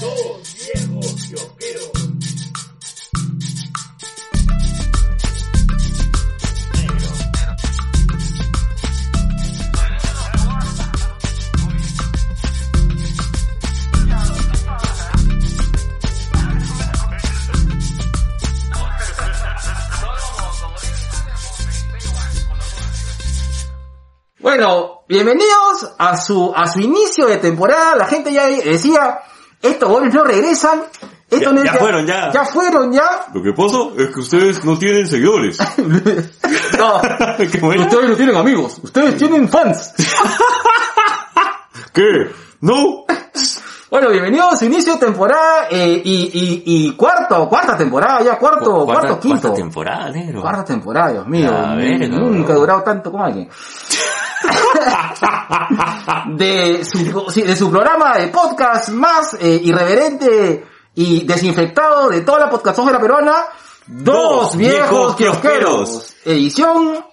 Dos viejos kiosqueros. Bueno, bienvenidos a su, a su inicio de temporada. La gente ya decía, estos goles no regresan. Esto Ya- no es ya fueron, ya. Ya fueron, ya. Lo que pasa es que ustedes no tienen seguidores. No. Qué bueno. Ustedes no tienen amigos. Ustedes tienen fans. ¿Qué? ¿No? Bueno, bienvenidos a su inicio de temporada eh, y, y, y cuarto, cuarta temporada, ya cuarto, cuarto, quinto. Cuarta temporada, negro. Cuarta temporada, Dios mío. La verga, nunca bro. he durado tanto como alguien. de, su, sí, de su programa de podcast más eh, irreverente y desinfectado de toda la podcastófera peruana, Dos Dos Viejos Viejos Kiosqueros. Kiosqueros. Edición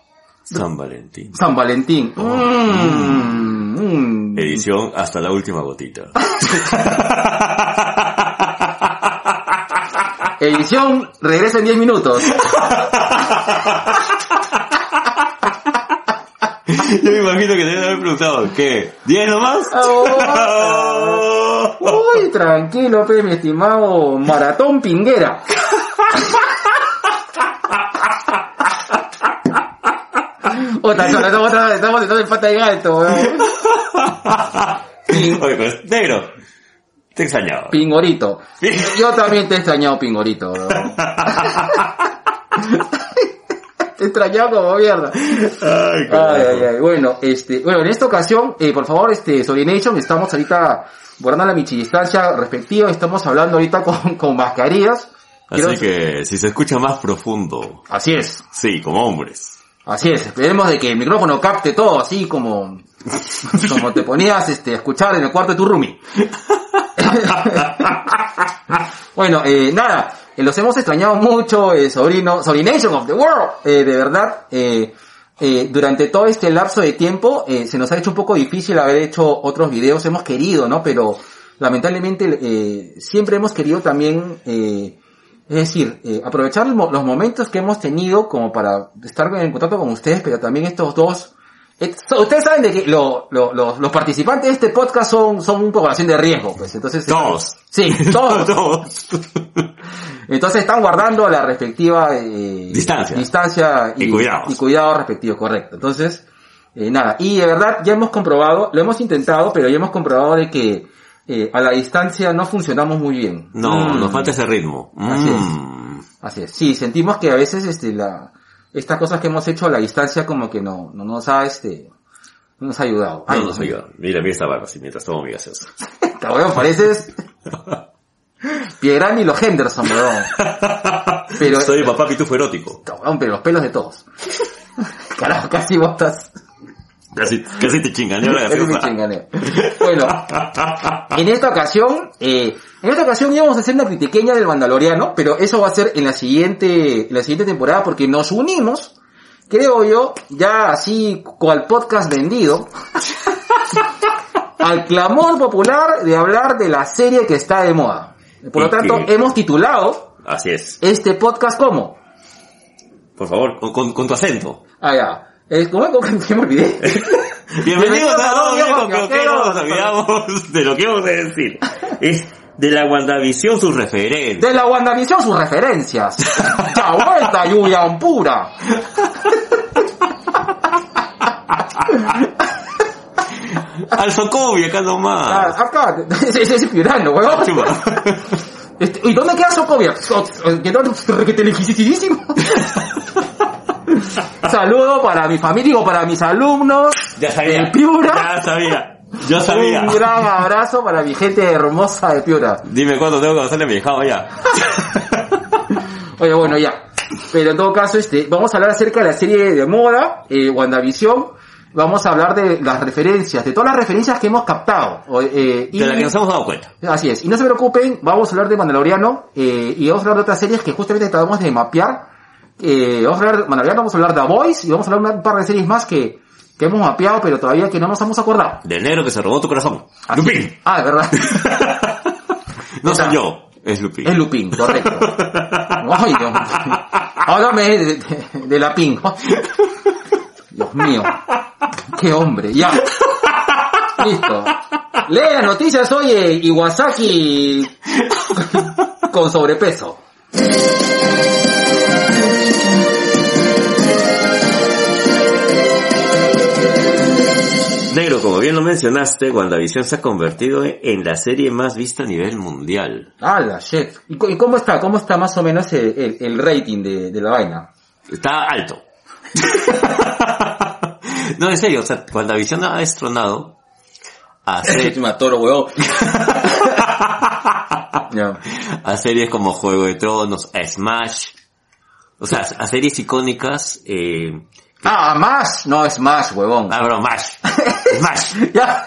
San Valentín. San Valentín. Mm, mm. Edición hasta la última gotita. Edición, regresa en 10 minutos. Yo me imagino que deben haber preguntado, ¿qué? ¿Diez nomás? Oh, Ah, Uy, tranquilo, pe, mi estimado Maratón Pinguera. Otra, otra, otra, otra, estamos entrando en pata de gato, weón. Oye, pues, negro, te extrañaba. Pingorito. Yo también te he extrañado, Pingorito, weón. Te he extrañado como mierda. Ay, Ay, carajo. ay, ay. Bueno, este, bueno, en esta ocasión, eh, por favor, este, Solination, estamos ahorita guardando la michidistancia respectiva, estamos hablando ahorita con, con mascarillas. Quiero- Así que, si se escucha más profundo, Así es, sí, como hombres. así es. Esperemos de que el micrófono capte todo, así como, como te ponías, este, a escuchar en el cuarto de tu roomie. bueno, eh, nada, eh, los hemos extrañado mucho, eh, sobrino, Solination of the World, eh, de verdad, eh, eh, durante todo este lapso de tiempo eh, se nos ha hecho un poco difícil haber hecho otros videos, hemos querido, ¿no? Pero lamentablemente eh, siempre hemos querido también, eh, es decir, eh, aprovechar mo- los momentos que hemos tenido como para estar en contacto con ustedes, pero también estos dos... et- so- Ustedes saben de que lo- lo- lo- los participantes de este podcast son, son una población de riesgo, pues entonces... Todos. Sí, todos. Todos. Entonces están guardando la respectiva eh, Distancia. distancia Y cuidados. y cuidado respectivo, correcto. Entonces, eh, nada, y de verdad ya hemos comprobado, lo hemos intentado, pero ya hemos comprobado de que eh, a la distancia no funcionamos muy bien. No, Mm. nos falta ese ritmo. Así es. Mm. Así es, sí, sentimos que a veces este, la, estas cosas que hemos hecho a la distancia como que no, no nos ha este, no nos ha ayudado. No, Ay, no soy yo. Mira, mira esta barba, así mientras tomo mi gaseosa. Cabrón, pareces Piedrani y los Henderson, weón. Pero, Soy papá pitufo erótico. Cabrón, pero los pelos de todos. Carajo, casi botas. Casi, casi te chinganeó la Es mi gaseosa. chinganeo. Bueno, en esta ocasión, eh, en esta ocasión íbamos a hacer una critiqueña del Mandaloriano, pero eso va a ser en la siguiente, en la siguiente temporada porque nos unimos, creo yo, ya así cual podcast vendido, al clamor popular de hablar de la serie que está de moda. Por lo Y tanto, que- hemos titulado Así es. este podcast como, Por favor, con, con, con tu acento. ah ya, eh, ¿cómo, cómo- que me olvidé? Bienvenidos a todos viejos Bienvenidos a croqueros. Nos Todos Viejos olvidamos de lo que vamos a decir. Es de la WandaVision sus referentes. De la WandaVision sus referencias. Ya vuelta, Yuya Ampura. Al Sokovia, acá nomás. Ah, Acá, ese es, es piurano, weón. Chupa. Este, ¿Y dónde queda Sokovia? So- eh, Quedó requetelejicidísimo. Saludo para mi familia, digo, para mis alumnos. Ya sabía. ¿El Piura? Ya sabía. Yo sabía. Un gran abrazo para mi gente hermosa de Piura. Dime cuándo tengo que hacerle mi hijado ya. Oye, bueno, ya. Pero en todo caso, este, vamos a hablar acerca de la serie de moda, eh, WandaVision. Vamos a hablar de las referencias, de todas las referencias que hemos captado. o, eh, y- De la que nos hemos dado cuenta. Así es. Y no se preocupen, vamos a hablar de Mandaloriano eh, y vamos a hablar de otras series que justamente tratamos de mapear. Eh, vamos a hablar de Mandaloriano, vamos a hablar de The Voice y vamos a hablar de un par de series más que, que hemos mapeado pero todavía que no nos hemos acordado. Ah, Del negro que se robó tu corazón. Así- Lupín. Ah, de verdad. No, soy o sea, yo, es Lupin. Es Lupin, correcto. Ay, Dios mío. Háblame de, de, de la pin. Dios mío. Qué hombre, ya. Listo. Lea noticias, oye, Iwasaki con sobrepeso. Negro, como bien lo mencionaste, WandaVision se ha convertido en la serie más vista a nivel mundial. Ah, la shit. ¿Y co- y cómo está? ¿Cómo está más o menos el, el- el rating de, de la vaina? Está alto. no, en serio, o sea, WandaVision ha destronado a, se- me atoro, huevón. Ya. a series como Juego de Tronos, a Smash, o sea, a series icónicas, eh, Ah, más. No, es más, huevón. ah, bro, Mash, Smash, Ya.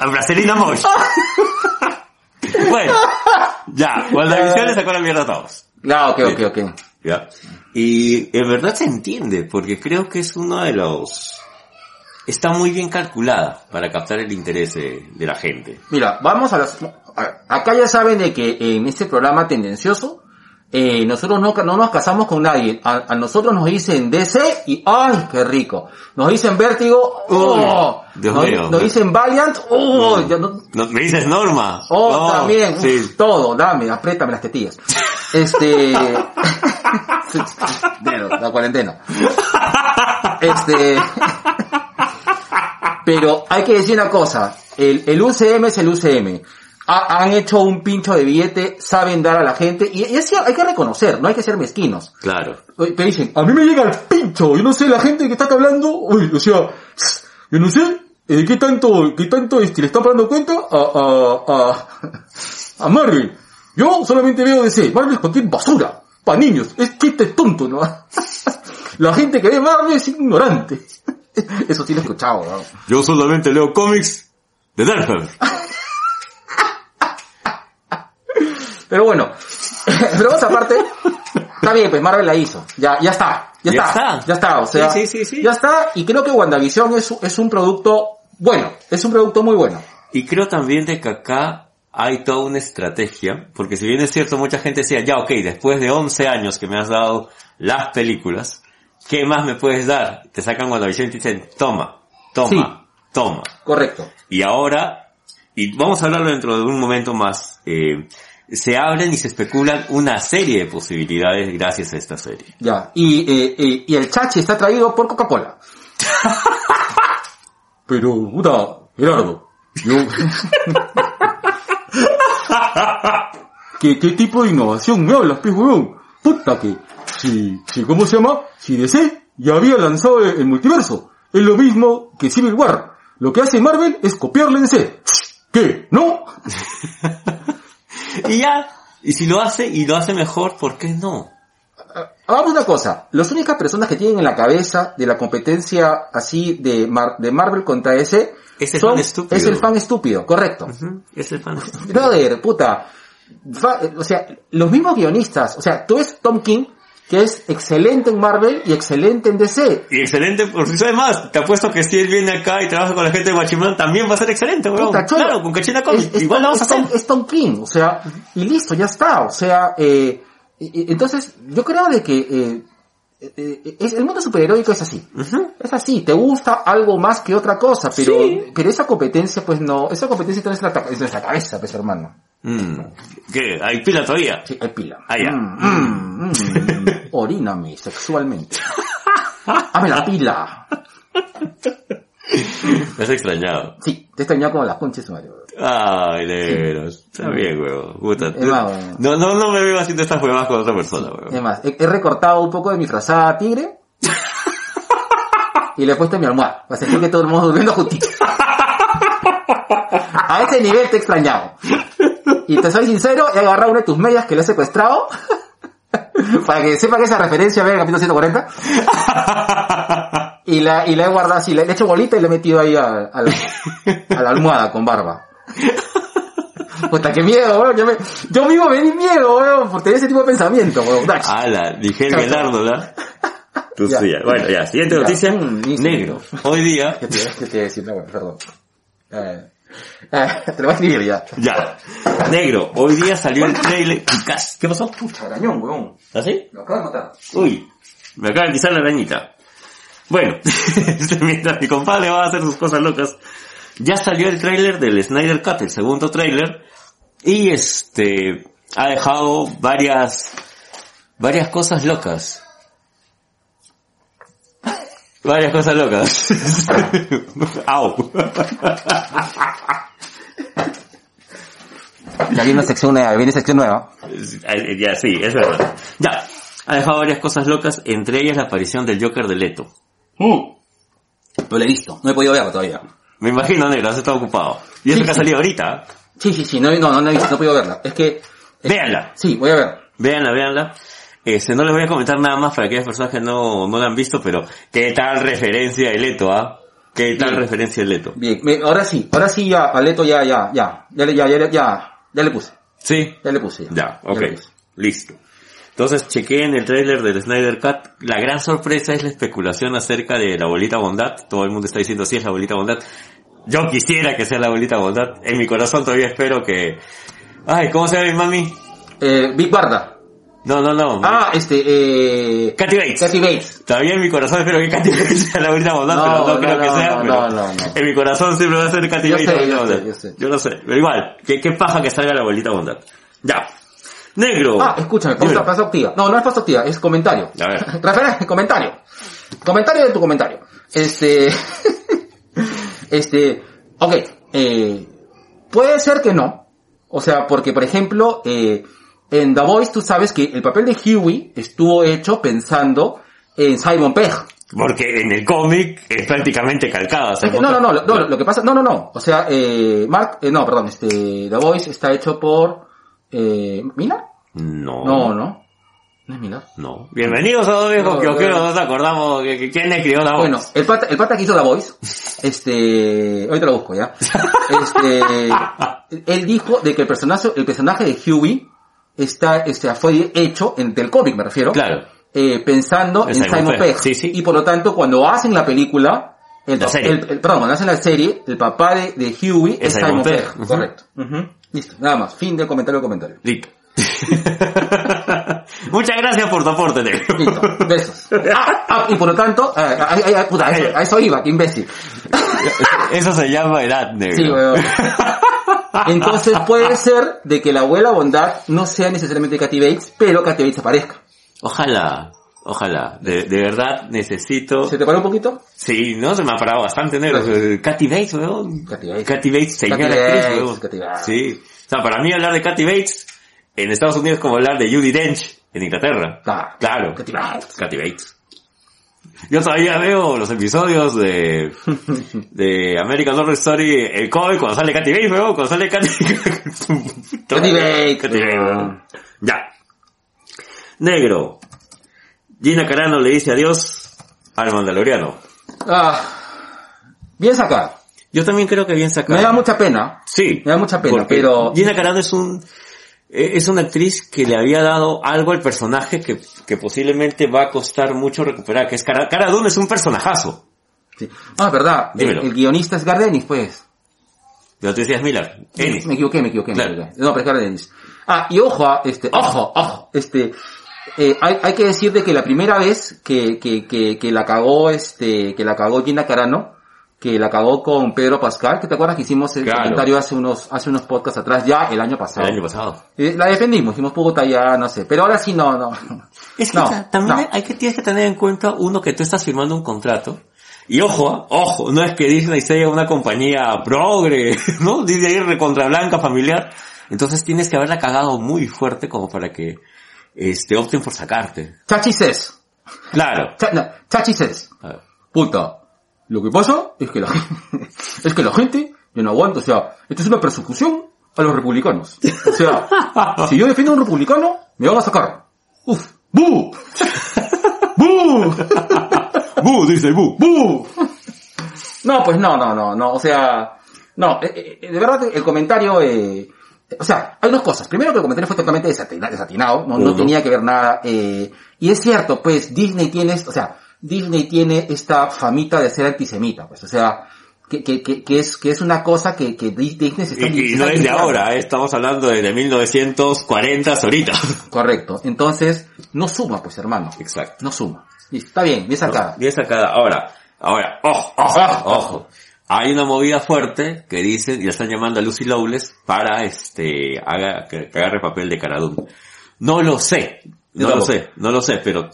a Brasilina Mosh. bueno, ya, WandaVision le sacó la mierda a todos. Claro, ok, ok, ok. Ya. Y en verdad se entiende, porque creo que es uno de los... Está muy bien calculada para captar el interés de, de la gente. Mira, vamos a las... a- Acá ya saben de que en este programa tendencioso, eh, nosotros no, ca- no nos casamos con nadie. A, a nosotros nos dicen DC y ¡ay, qué rico! Nos dicen Vértigo, ¡oh! Uy, Dios nos, mío. Mm. nos dicen Valiant, ¡oh! ya no- No, me dices Norma. ¡oh, No, también! Sí. Todo, dame, apriétame las tetillas. Este... Dedo, la cuarentena. Este... Pero hay que decir una cosa, el, el UCM es el UCM. Ha- han hecho un pincho de billete, saben dar a la gente, y, y es cier- hay que reconocer, no hay que ser mezquinos. Claro. Oye, Te dicen, a mí me llega el pincho, yo no sé la gente que está acá hablando, uy, o sea, yo no sé eh, qué tanto, qué tanto este, le están dando cuenta a, a, a, a Marvel. Yo solamente veo DC, Marvel es cualquier basura, para niños, es chiste tonto, ¿no? la gente que ve Marvel es ignorante. Eso sí lo he escuchado, ¿no? Yo solamente leo cómics de Nerfer. Pero bueno, pero esa parte, está bien, pues Marvel la hizo. Ya, ya está, ya, Ya está, está. Ya está, o sea. Sí, sí, sí, sí. Ya está, y creo que WandaVision es, es un producto bueno, es un producto muy bueno. Y creo también de que acá hay toda una estrategia, porque si bien es cierto, mucha gente decía, ya, ok, después de 11 años que me has dado las películas, ¿qué más me puedes dar? Te sacan WandaVision y te dicen, toma, toma, toma. Correcto. Y ahora, y vamos a hablarlo dentro de un momento más, eh, se abren y se especulan una serie de posibilidades gracias a esta serie. Ya. Y, eh, eh, y el chachi está traído por Coca-Cola. pero, puta, Gerardo, yo... ¿Qué, ¿Qué tipo de innovación me hablas, pez huevón? Puta que... Si, si, ¿cómo se llama? Si DC ya había lanzado el, el multiverso. Es lo mismo que Civil War. Lo que hace Marvel es copiarle en DC. ¿Qué? ¿No? Y ya, y si lo hace y lo hace mejor, ¿por qué no? Hagamos una cosa, las únicas personas que tienen en la cabeza de la competencia así de, Mar- de Marvel contra ese Es el fan estúpido. Es el fan estúpido, correcto. Ujú, Es el fan. Brother, puta. Fa- o sea, los mismos guionistas, o sea, tú ves Tom King, que es excelente en Marvel y excelente en DC. Y excelente, por si sabes más, te apuesto que si él viene acá y trabaja con la gente de Guachimán, también va a ser excelente, weón. Puta, cholo. Claro, con Cachina Es- Comics, es igual la Tom- vamos a es Tom- hacer. Es Tom King, o sea, y listo, ya está. O sea, eh, y- y- entonces yo creo de que eh, eh, es- el mundo superheroico es así. Ujú. Es así, te gusta algo más que otra cosa, pero, Sí. pero esa competencia, pues no, esa competencia está en nuestra, ca- en nuestra cabeza, pues hermano. Mm, ¿Qué? ¿Hay pila todavía? Sí, hay pila. Ah, ya. Mm, mm, mm. oríname sexualmente. Hazme la pila. Me has extrañado. Sí, te he extrañado como las conchas, Mario. Ay, negro. Está bien, weón. Puta, Es más, weón. no, no, no me veo haciendo estas huevadas con otra persona, weón. Es más, he, he recortado un poco de mi frazada tigre y le he puesto en mi almohada para sentir que todo el mundo durmiendo juntito. A ese nivel te he extrañado. Y te soy sincero, he agarrado una de tus medias que le he secuestrado para que sepa que esa referencia ve el capítulo 140 y la, y la he guardado así, le he hecho bolita y le he metido ahí a, a la, a la almohada con barba. Puta, qué miedo, weón. Yo, me, yo mismo me di miedo, weón, por tener ese tipo de pensamiento, weón. Ala, dije el Chao, chao. Belardo, ¿la? Tú Ya. sí, ya. Bueno, ya, siguiente Ya. noticia. Mm, listo. Negro. Hoy día, ¿Qué te, qué te iba a decir? No, bueno, perdón. Eh, Ah, Te lo voy a escribir ya. Ya. Negro, hoy día salió el trailer. Cas- ¿Qué pasó? Pucha, arañón, weón. ¿Así? Lo acabo de matar. Uy, me acaba de pisar la arañita. Bueno, este, mientras mi compadre va a hacer sus cosas locas, ya salió el tráiler del Snyder Cut, el segundo tráiler, y este ha dejado varias varias cosas locas. Varias cosas locas. Au. Ya viene una sección nueva, viene sección nueva. Eh, Ya, sí, es verdad. Ya, ha dejado varias cosas locas, entre ellas la aparición del Joker de Leto. Uh, No la he visto, no he podido verla todavía. Me imagino, negro, has estado ocupado. Y eso que ha salido ahorita. ¿eh? Sí, sí, sí, no, no, no la he visto, no he podido verla. Es que... es- Véanla, Sí, voy a ver. véanla, véanla. Este, no les voy a comentar nada más para aquellas personas que no, no la han visto, pero qué tal referencia de Leto, ¿ah? Qué tal Sí. referencia de Leto. Bien, me- ahora sí, ahora sí ya, Aleto ya, ya, ya, ya, le- ya, ya, le- ya, ya le puse, Sí, ya le puse. ya, ya ok, le puse. listo. Entonces chequeen el tráiler del Snyder Cut. La gran sorpresa es la especulación acerca de la bolita bondad. Todo el mundo está diciendo si es la bolita bondad. Yo quisiera que sea la bolita bondad. En mi corazón todavía espero que... Ay, ¿cómo se llama mi mami? Eh, Big Barda. No, no, no. Ah, este, eh... Katy Bates. Kathy Bates. Todavía en mi corazón espero que Katy Bates sea la última bondad, No, pero no, no, creo que no, sea. no, pero no, no, no. En mi corazón siempre va a ser Katy Yo Bates sé, la última yo sé, bondad. yo sé. lo sé, pero igual, qué, qué paja que salga la bolita bondad. Ya. Negro. Ah, escúchame, pausa, Dímelo. pausa activa. No, no es pausa activa, es comentario. Oh. A ver. Referencia, comentario. Comentario de tu comentario. Este, este, ok, eh, puede ser que no. O sea, porque por ejemplo, eh, en The Voice tú sabes que el papel de Huey estuvo hecho pensando en Simon Pegg. Porque en el cómic es prácticamente calcada. o sea, Es que- No, no, no, lo, no, lo que pasa, no, no, no. O sea, eh, Mark, eh, no, perdón, este, The Voice está hecho por, eh, ¿Miller? No, No. No. no. No es Miller. Bienvenidos a dos viejos No, que os no, quiero, no. nos acordamos que, que- quién escribió la voz. Bueno, el pata, el pata que hizo la voice, este, ahorita lo busco ya. Este, él dijo de que el personaje, el personaje de Huey está, este, fue hecho en, del cómic me refiero. Claro. eh, pensando En en Simon Simon, Pegg. Pegg. Sí, sí. Y por lo tanto, cuando hacen la película, el, La pa- serie. el- el- perdón, cuando hacen la serie, el papá de, de Huey es, Simon, Pegg. Ujú. Correcto. Ujú. Listo, nada más. Fin del comentario comentario. Listo. Muchas gracias por tu aporte, negro. Listo, besos. Ah, ah, y por lo tanto, ah, ah, ah, ah, puta, a, eso, a eso iba, qué imbécil. Eso se llama edad, negro. Sí, weón. Entonces puede ser de que la abuela bondad no sea necesariamente Katy Bates, pero Katy Bates aparezca. Ojalá, ojalá. De, de verdad necesito... ¿Se te paró un poquito? Sí, no, se me ha parado bastante negro. Eh, Katy Bates, weón. Katy Bates. Katy Bates, señora Katy actriz, Bates, weón. Katy Bates. Sí. O sea, para mí hablar de Katy Bates en Estados Unidos es como hablar de Judy Dench en Inglaterra. Claro. Claro. Katy Bates. Katy Bates. Yo todavía veo los episodios de, de American Horror Story, el cómic, cuando sale Katy Bates, weón, cuando sale Katy... Katy Bates. Katy Bates, weón. Ya. Negro. Gina Carano le dice adiós al mandaloriano. Ah, bien sacada. Yo también creo que bien sacado. Me da mucha pena. Sí. me da mucha pena, porque pero- Gina Carano es un... eh, Es una actriz que le había dado algo al personaje que, que posiblemente va a costar mucho recuperar, que es Cara, Cara Dune es un personajazo. Sí. Ah, es verdad. El, Dímelo. el guionista es Gardenis, pues. Yo te decías Miller. Ennis. Me equivoqué, me equivoqué. me Claro. equivoqué. No, pero es Gardenis. Ah, y ojo, a este, ojo, ojo, este, eh, hay, hay que decir de que la primera vez que, que, que, que la cagó, este, que la cagó Gina Carano, que la cagó con Pedro Pascal, que te acuerdas que hicimos el Claro. comentario hace unos, hace unos podcasts atrás, ya el año pasado. El año pasado. Eh, La defendimos, dijimos puta ya, no sé, pero ahora sí no, no. Es que No, ta- también no. hay- hay que tienes que tener en cuenta, uno, que tú estás firmando un contrato. Y ojo, ah, ojo, no es que Disney sea una compañía progre, ¿no? Disney ir contra blanca, familiar. Entonces tienes que haberla cagado muy fuerte como para que este, opten por sacarte. Chachi Cés. Claro. Cha- no, Chachi Cés. A ver. puta, lo que pasa es que la gente, es que la gente, yo no aguanto, o sea, esto es una persecución a los republicanos. O sea, si yo defiendo a un republicano, me van a sacar. Ah. Uf, bu, bu, ¡Bu! Disney, bu! bu. No, pues no, no, no, no, o sea, no, eh, eh, de verdad el comentario, eh, o sea, hay dos cosas. Primero que el comentario fue totalmente desatina- desatinado, no, no Ujú. tenía que ver nada. eh, y es cierto, pues Disney tiene, o sea, Disney tiene esta famita de ser antisemita, pues, o sea, que, que, que, que es, que es una cosa que, que Di- Disney se está se Y, y está no es de limpiando. ahora, eh, estamos hablando de, de 1940 ahorita. Correcto. Entonces, no suma, pues, hermano. Exacto. No suma. Listo, está bien, bien sacada. Bien sacada. Ahora, ahora, ojo, ojo, ojo. Hay una movida fuerte que dicen, y la están llamando a Lucy Lowles para este, haga, que, que agarre papel de Caradum. No lo sé, Yo no lo tampoco. sé, no lo sé, pero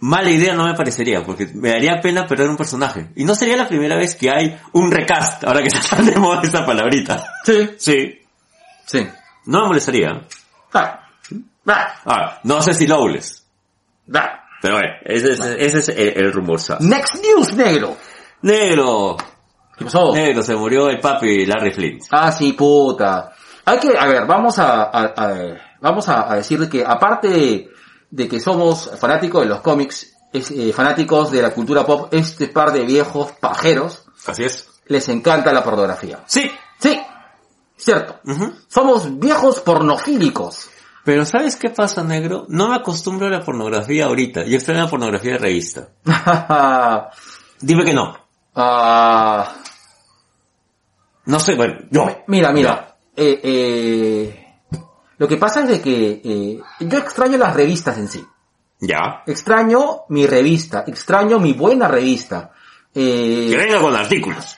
mala idea no me parecería, porque me daría pena perder un personaje. Y no sería la primera vez que hay un recast, ahora que está tan de moda esta palabrita. Sí, Sí, sí. no me molestaría. Da, da, Ahora, no sé si Lowles, da. pero bueno, ese es, ese es el, el rumor. ¿sabes? Next news, negro. Negro, ¿Qué pasó? Negro, se murió el papi Larry Flint. Ah, sí, puta. Hay que, a ver, vamos a, a- a- vamos a, a decir que aparte de, de que somos fanáticos de los cómics, es- eh, fanáticos de la cultura pop, este par de viejos pajeros Así es. les encanta la pornografía. Sí. Sí, cierto. Ujú. Somos viejos pornofílicos. Pero ¿sabes qué pasa, negro? No me acostumbro a la pornografía ahorita. Yo estoy en la pornografía de revista. Dime que no. Ah, No sé, bueno, yo. Mira, mira. eh, eh, lo que pasa es de que eh, yo extraño las revistas en sí. Ya. Extraño mi revista, extraño mi buena revista. Eh, Que venga con artículos.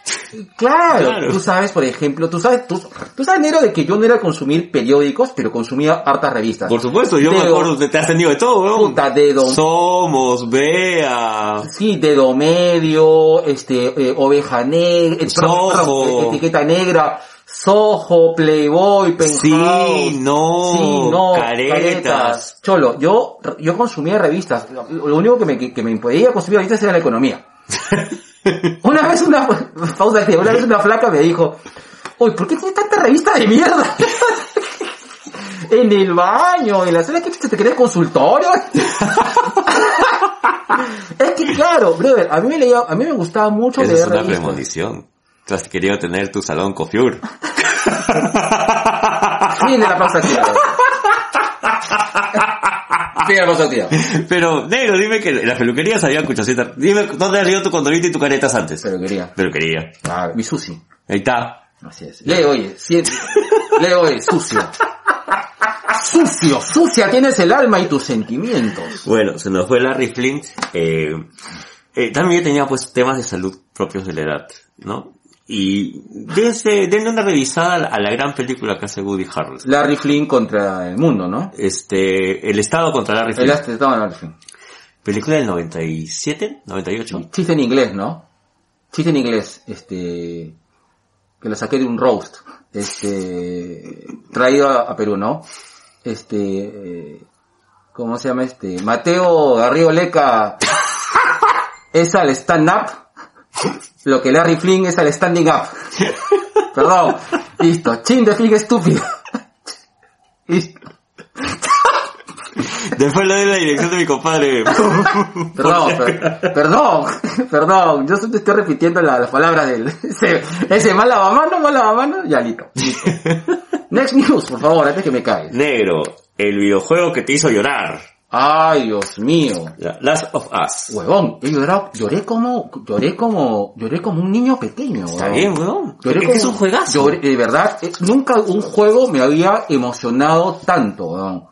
claro, Claro. tú sabes, por ejemplo, tú sabes, tú, tú sabes, Nero, de que yo no era consumir periódicos, pero consumía hartas revistas. Por supuesto, yo me Pero- acuerdo que te has tenido de todo, weón. Puta, de Don- Somos, vea. Sí, dedo medio, este, eh, oveja negra, eh, Soho. etiqueta negra, sojo, playboy, penthouse. Sí, no. Sí, no, Caretas. Cholo, yo, yo consumía revistas. Lo único que me, que me podía consumir revistas era la economía. una vez una, pausa, que una vez una flaca me dijo, uy, ¿por qué tienes tanta revista de mierda? en el baño, en la sala que te crees consultorio. es que claro, brother, a mí me leía, a mí me gustaba mucho Esa leer es una revistas. premonición. Tú has querido tener tu salón Cofiur. Fin de la pausa activa. Fin de la pausa activa. Pero, negro, dime que las peluquerías había cuchacita. Dime dónde has ido tu condorito y tu caretas antes. Pero quería. Peluquería. Ah, mi sushi. Ahí está. Así es. Lee, oye, sí, lee, oye, sucio. Sucio, sucia tienes el alma y tus sentimientos. Bueno, se nos fue Larry Flint. Eh, eh, también tenía pues temas de salud propios de la edad, ¿no? Y dense, denle una revisada a la, a la gran película que hace Woody Harrelson. Larry Flynn contra el mundo, ¿no? Este, El Estado contra Larry El Flint. astretón Larry Flynn. Película del 97, 98. Chiste en inglés, ¿no? Chiste en inglés, este, que lo saqué de un roast, este, traído a, a Perú, ¿no? Este, eh, ¿cómo se llama este? Mateo Garrido Leca es al stand-up, lo que Larry Flynn es al standing up. Perdón, listo, chin de Flynn estúpido. Listo, Después lo de la dirección de mi compadre. perdón, per- perdón, perdón, yo solo estoy repitiendo la- las palabras del, ese, ese mala mano, mala mano, ya listo. listo. Next news, por favor, antes que me caiga. negro, el videojuego que te hizo llorar. Ay, Dios mío. La- Last of Us. Huevón, he llorado, lloré como, lloré como, lloré como un niño pequeño, Está huevón. bien, weón. Lloré Es que como- es un juegazo. lloré- de verdad, eh, nunca un juego me había emocionado tanto, weón.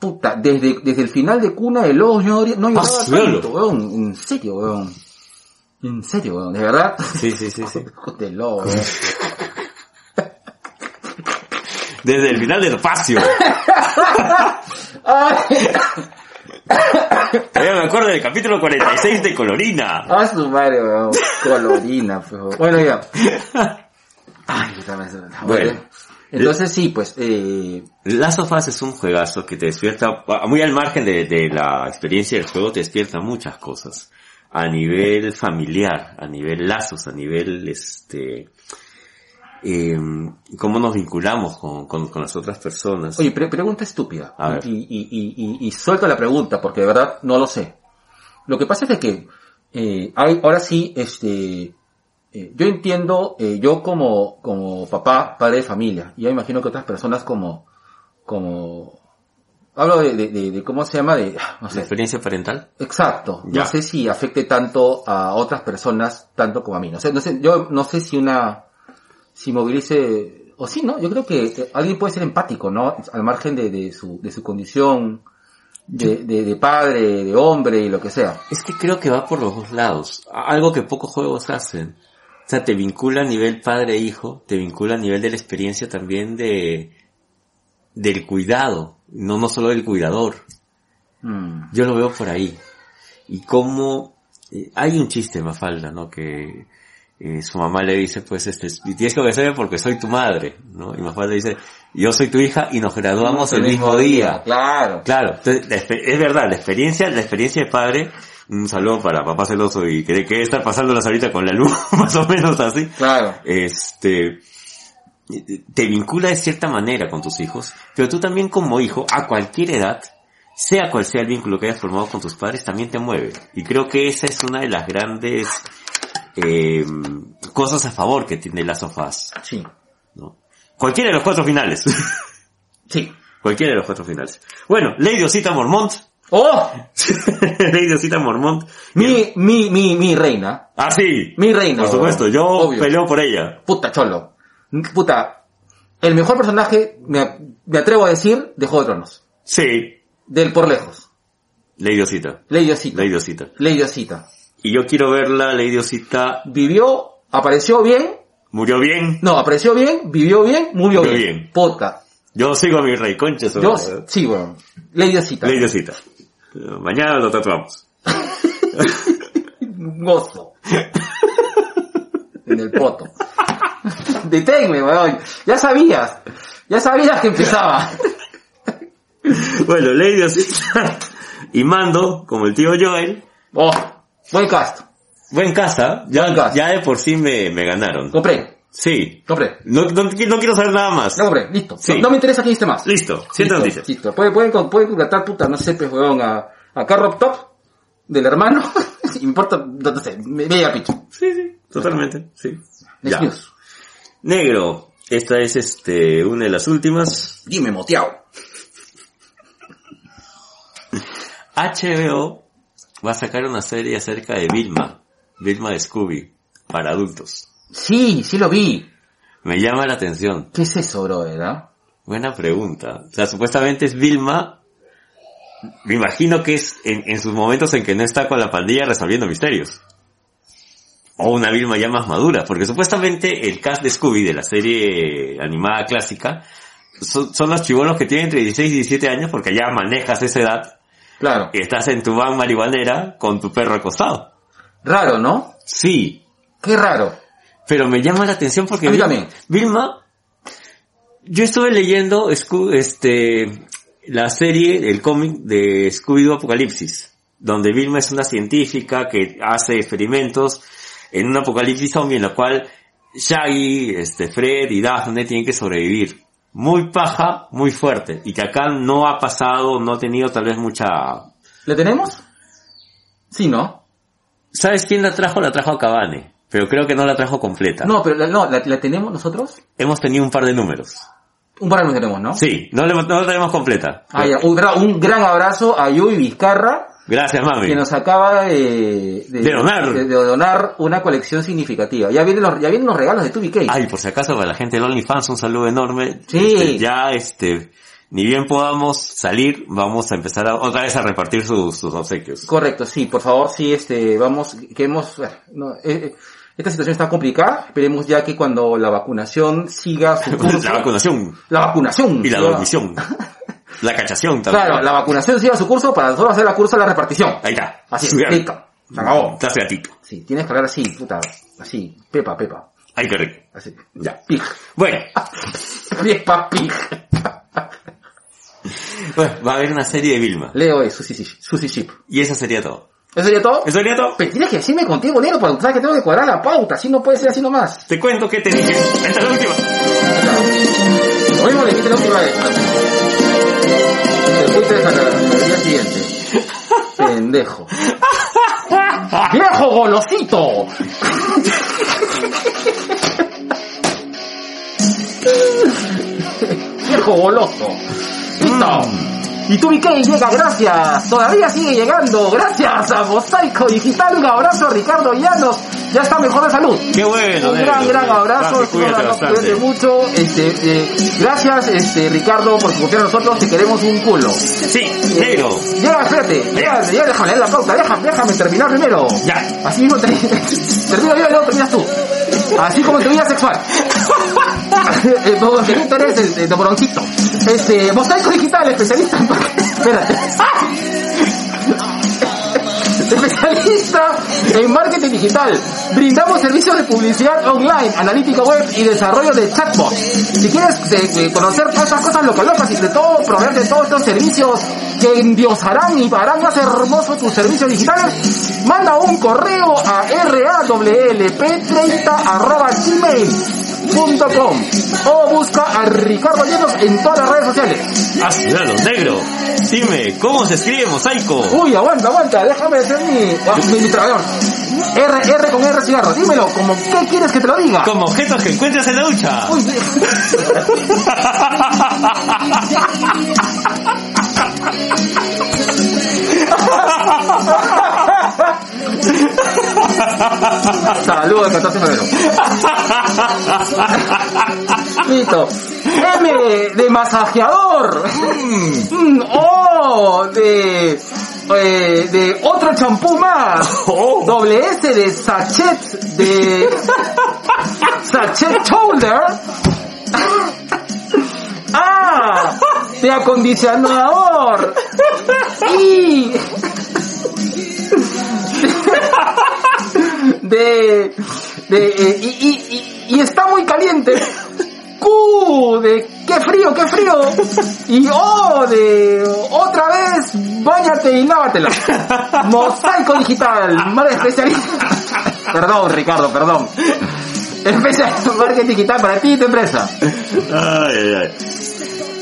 Puta, desde, desde el final de Cuna de Lobos yo no lloré- no lloraba Ah, suelo. tanto, weón. En serio, weón. En serio, weón. De verdad. Sí, sí, sí, sí. Hijos de lobo, weón. Desde el final del espacio. Ay, Todavía me acuerdo del capítulo 46 de Colorina. a su madre, weón. Colorina, pues, weón. Bueno, ya. Ay, puta madre. Bueno. Entonces sí, pues, eh, Last of Us es un juegazo que te despierta, ah, muy al margen de, de la experiencia del juego, te despierta muchas cosas. A nivel familiar, a nivel lazos, a nivel este... em, cómo nos vinculamos con, con- con las otras personas. Oye, pre- pregunta estúpida. A ver. Y, y, y, y, y suelto la pregunta porque de verdad no lo sé. Lo que pasa es de que eh, hay, ahora sí, este, eh, yo entiendo, eh, yo como, como papá, padre de familia, y yo imagino que otras personas como, como hablo de, de- de- de cómo se llama, de, no ¿La sé, experiencia parental? Exacto. Ya. No sé si afecte tanto a otras personas, tanto como a mí. No sé, no sé, yo no sé si una, si movilice, o sí, ¿no? Yo creo que eh, alguien puede ser empático, ¿no? Al margen de, de su, de su condición, de, de- de padre, de hombre y lo que sea. Es que creo que va por los dos lados. A- Algo que pocos juegos hacen. O sea, te vincula a nivel padre-hijo, te vincula a nivel de la experiencia también de del cuidado, no, no solo del cuidador. Mm. Yo lo veo por ahí. Y como hay un chiste, Mafalda, ¿no? Que eh, su mamá le dice, pues, este, y tienes que obedecerme porque soy tu madre, ¿no? Y Mafalda dice, yo soy tu hija y nos graduamos el mismo día. Claro. Claro, entonces, la espe- es verdad, la experiencia, la experiencia de padre, un saludo para papá celoso y que que estar pasándolas ahorita con la luz, más o menos así Claro. este te vincula de cierta manera con tus hijos, pero tú también como hijo, a cualquier edad, sea cual sea el vínculo que hayas formado con tus padres, también te mueve. Y creo que esa es una de las grandes eh, cosas a favor que tiene las sofás. Sí. ¿no? Cualquiera de los cuatro finales. Sí. cualquiera de los cuatro finales. Bueno, Lady Osita Mormont. ¡Oh! Lady Osita Mormont. Mi, mi, mi, mi reina. Ah, sí. Mi reina. Por supuesto, yo Obvio. peleo por ella. Puta cholo. Puta. El mejor personaje, me, me atrevo a decir, de Juego de Tronos. Sí, Del por lejos. Lady Osita. Lady Osita. Lady Osita. Lady Osita. Y yo quiero verla, Lady Osita. Vivió, apareció bien. Murió bien. No, apareció bien, vivió bien, murió Murió bien. bien. Puta. Yo sigo a mi rey, concha. su Yo, madre. sí, bueno. Lady Osita. Lady Osita. Mañana lo tatuamos. Gozo. en el poto. Deténme, weón. Ya sabías. Ya sabías que empezaba. Bueno, Lady Osita y Mando, como el tío Joel. Oh, buen cast. Buen casa. Ya, Buen casa. ya de por sí me, me ganaron. Compré. Sí. Compré. No, no, no quiero saber nada más. No compré. Listo. Sí. No, no me interesa que hiciste más. Listo. Siete Listo, noticias. Listo. Pueden, pueden, con- pueden contratar, puta, no sé, pues, weón, a, a Carrot Top, del hermano. Y me importa, no, no sé, me, me llega picho. Sí, sí. Totalmente. Sí. Next Ya. News. Negro. Esta es este, una de las últimas. Dime, moteado. HBO va a sacar una serie acerca de Vilma, Vilma de Scooby, para adultos. Sí, sí lo vi. Me llama la atención. ¿Qué es eso, ah? bro, verdad? Buena pregunta. O sea, supuestamente es Vilma. Me imagino que es en, en sus momentos en que no está con la pandilla resolviendo misterios. O una Vilma ya más madura, porque supuestamente el cast de Scooby de la serie animada clásica son, son los chibolos que tienen entre 16 y 17 años porque ya manejas esa edad Claro. y estás en tu van marihuanera con tu perro acostado. Raro, ¿no? Sí, Qué raro. Pero me llama la atención porque A mí Vilma, también. Vilma, yo estuve leyendo Scu- este la serie, el cómic de Scooby-Doo Apocalipsis, donde Vilma es una científica que hace experimentos en un apocalipsis zombie en la cual Shaggy, este Fred y Daphne tienen que sobrevivir. Muy paja, muy fuerte. Y que acá no ha pasado, no ha tenido tal vez mucha... ¿Le tenemos? Sí, ¿no? ¿Sabes quién la trajo? La trajo a Cabane. Pero creo que no la trajo completa. No, pero la, no, ¿la, la tenemos nosotros? Hemos tenido un par de números. Un par de nos tenemos, ¿no? Sí, no, le, no la tenemos completa. Ah, ya. Un, gra- un gran abrazo a Yui Vizcarra, Gracias, mami. que nos acaba de, De donar. de- de donar una colección significativa. Ya vienen los, ya vienen los regalos de 2BK. Ay, por si acaso, para la gente de OnlyFans, un saludo enorme. Sí. Este, ya, este, ni bien podamos salir, vamos a empezar a- otra vez a repartir sus, sus obsequios. Correcto, sí, por favor, sí, este, vamos, que hemos, bueno, no, eh, eh, esta situación está complicada, esperemos ya que cuando la vacunación siga su curso, la vacunación la vacunación, y la siga- dormición. la cachación también. claro, la vacunación siga su curso para nosotros hacer la curso de la repartición, Ahí está. así, es, Sugar. listo, se acabó, Estás gatito. sí, tienes que hablar así, puta, así, pepa, pepa, Ay, qué rico. así, Ya. pig, Bueno, pepa, pig, bueno, va a haber una serie de Vilma. Leo es sushi, sushi ship, Y eso sería todo. ¿eso sería todo? ¿Eso sería todo? Pero tienes que decirme contigo, negro, porque tú sabes que tengo que cuadrar la pauta, así no puede ser así nomás. Te cuento que te dije. Esta es la última. Claro. Lo mismo le dijiste la última vez. Te fuiste de sacar al día siguiente. Pendejo. ¡Viejo golosito! ¡Viejo goloso! ¡No! Y Tubi K llega, gracias. Todavía sigue llegando. Gracias a Mosaico Digital. Un abrazo a Ricardo Llanos. Ya está mejor de salud. Qué bueno. Un Nelson. gran, gran abrazo. Gracias, cuídate Espero que nos bastante. cuides mucho. Este, eh, gracias, este, Ricardo, por confiar en nosotros. Te queremos un culo. Sí, negro. Ya, espérate. Ya, ya déjame leer la pauta. Déjame, déjame terminar primero. Ya. Así mismo te... termino yo y luego terminas tú. Así como tu vida sexual. Eh, Vos eh, tú eres el, el dobroncito. Este, mosaico digital, especialista en... pa- Espérate. Especialista en marketing digital. Brindamos servicios de publicidad online, analítica web y desarrollo de chatbots. Si quieres eh, eh, conocer todas estas cosas loca locas y de todo, proveerte todos estos servicios que endiosarán y harán más hermoso tus servicios digitales, manda un correo a rawlp30 arroba gmail.com o busca a Ricardo Llanos en todas las redes sociales. Hazlo, negro. Dime, ¿cómo se escribe mosaico? Uy, aguanta, aguanta, déjame hacer mi, ah, mi, mi tragador. R, R con R cigarro, dímelo, como, ¿qué quieres que te lo diga? Como objetos que encuentras en la ducha. Uy, de- saludos, 14 de febrero. Listo. M de masajeador. Mm, O de, eh, de otro champú más. Oh. Doble S de sachet de sachet shoulder. A de acondicionador. Y de, de eh, y, y, y, y está muy caliente. Q de qué frío, qué frío. Y O de otra vez, bañate y lávatela. Mosaico digital, madre especialista. Perdón, Ricardo, perdón. Especialista en marketing digital para ti y tu empresa. Ay, ay, ay.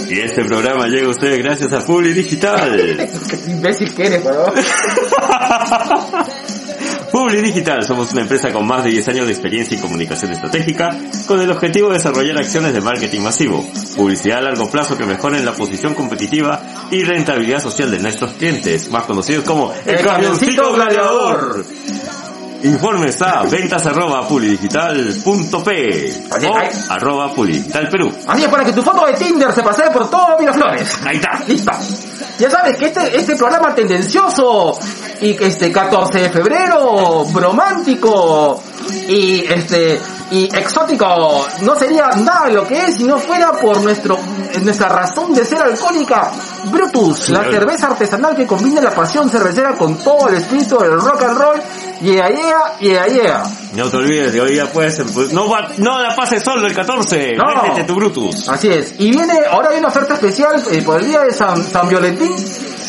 Y este programa llega a ustedes gracias a Publi Digital. Qué imbécil que eres, weón. Publi Digital somos una empresa con más de 10 años de experiencia en comunicación estratégica con el objetivo de desarrollar acciones de marketing masivo, publicidad a largo plazo que mejoren la posición competitiva y rentabilidad social de nuestros clientes, más conocidos como El Camioncito Gladiador. Informes a ventas arroba pulidigital.p Oye, ay. o arroba pulidigital Perú. Así es, para que tu foto de Tinder se pase por todo Miraflores. Ahí está. Listo. Ya sabes que este, este programa tendencioso y que este 14 de febrero, bromántico y este y exótico no sería nada lo que es si no fuera por nuestro nuestra razón de ser alcohólica Brutus, la Claro. cerveza artesanal que combina la pasión cervecera con todo el espíritu del rock and roll. Yeah, yeah, yeah, yeah. No te olvides de hoy día puedes empu- no va- no la pases solo el 14. No. Métete tu Brutus. Así es. Y viene, ahora hay una oferta especial eh, por el día de San, San Violentín,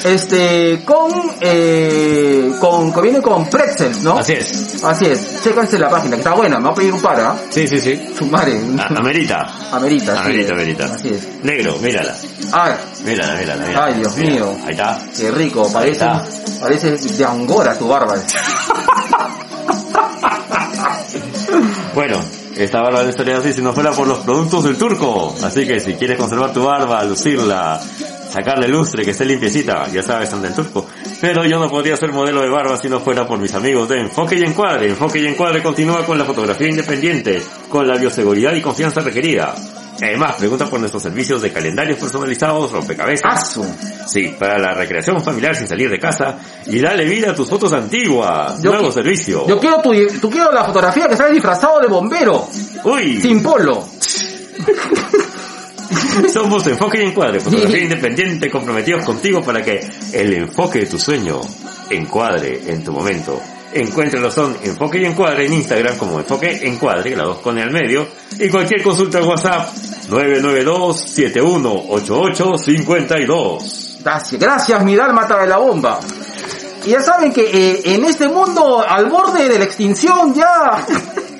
este, con, eh, con, que viene con pretzels, ¿no? Así es. Así es. Chéquense la página, que está buena, me va a pedir un par, ¿ah? Sí, sí, sí. Su madre. Amerita. Amerita, así Ah, Amerita, es. amerita. Así es. Negro, mírala. A ver, Mírala, mírala, mírala. Ay, Dios Mírala. mío. Ahí está. qué rico, parece, Ahí parece de Angora tu barba. Bueno, esta barba no estaría así si no fuera por los productos del turco. Así que si quieres conservar tu barba, lucirla, sacarle lustre, que esté limpiecita, ya sabes, anda el turco. Pero yo no podría ser modelo de barba si no fuera por mis amigos de Enfoque y Encuadre. Enfoque y Encuadre continúa con la fotografía independiente, con la bioseguridad y confianza requerida. Además, pregunta por nuestros servicios de calendarios personalizados, rompecabezas, ¡Asu! Sí, para la recreación familiar sin salir de casa y dale vida a tus fotos antiguas. Yo Nuevo qui- servicio. Yo quiero tu, tú quiero la fotografía que sale disfrazado de bombero, Uy, sin polo. somos Enfoque y Encuadre, fotografía independiente comprometidos contigo para que el enfoque de tu sueño encuadre en tu momento. Encuéntralos son Enfoque y Encuadre en Instagram como Enfoque Encuadre, la dos con el medio, y cualquier consulta al WhatsApp 992-718852. Gracias, gracias, mi dálmata de la bomba. Y ya saben que eh, en este mundo al borde de la extinción ya,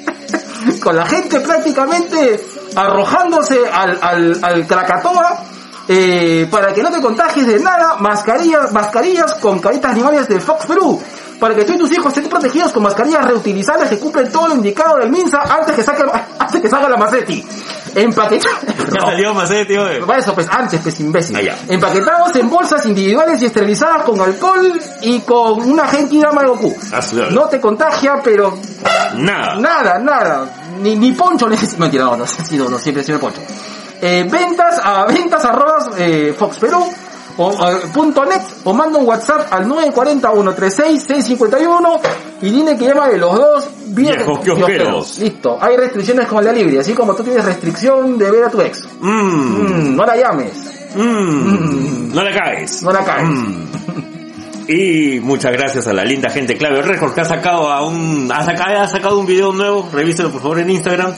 con la gente prácticamente arrojándose al, al, al Krakatoa, eh, para que no te contagies de nada, mascarillas, mascarillas con caritas animales de Fox Perú, para que tú y tus hijos estén protegidos con mascarillas reutilizables que cumplen todo lo indicado del MINSA antes que saque, antes que salga la Macetti. Empaquetamos. Ya salió Macete, tío. Por eso, pues antes, pues imbécil. Ah, ya. Empaquetados en bolsas individuales y esterilizadas con alcohol y con una Genkidama Goku. Ah, su- No te contagia, pero Nada. nada, nada. Ni, ni poncho necesito. Mentira, no, no, sí, no, no, siempre, siempre poncho. Eh, ventas a ventas arrobas eh, Fox Perú o, eh, punto net o manda un WhatsApp al 940-136-651 y dile que llama de los dos viejos Viejos kiosqueros. kiosqueros. Listo, hay restricciones con la libre, así como tú tienes restricción de ver a tu ex. Mmm. Mm, no la llames, Mmm. No la caes. no la caes. Mm. Y muchas gracias a la linda gente Clave Records que ha sacado a un ha sacado, ha sacado un video nuevo, revíselo por favor en Instagram.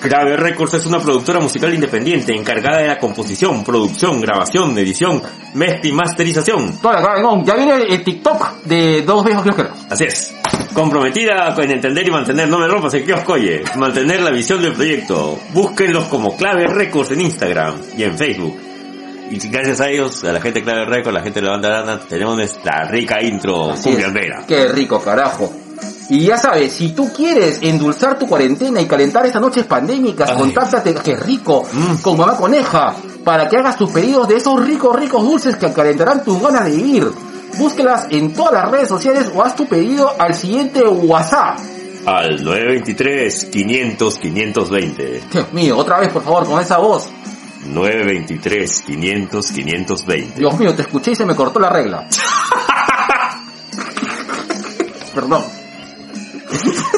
Clave Records es una productora musical independiente encargada de la composición, producción, grabación, edición, mezcla y masterización. Toda la cara, no, ya viene el, el TikTok de dos viejos kiosqueros. Así es. Comprometida con entender y mantener, no me rompas el kiosco, oye. Mantener la visión del proyecto. Búsquenlos como Clave Records en Instagram y en Facebook. Y gracias a ellos, a la gente de Clave Records, la gente de la banda Arana, tenemos nuestra rica intro Así es. cumbiambera. Qué rico, carajo. Y ya sabes, si tú quieres endulzar tu cuarentena y calentar esas noches pandémicas, Ay. contáctate, qué rico, Mm. con mamá coneja, para que hagas tus pedidos de esos ricos, ricos dulces que calentarán tus ganas de vivir. Búsquelas en todas las redes sociales o haz tu pedido al siguiente WhatsApp. Al 923 500 520. Dios mío, otra vez, por favor, con esa voz. 923 500 520. Dios mío, te escuché y se me cortó la regla. Perdón.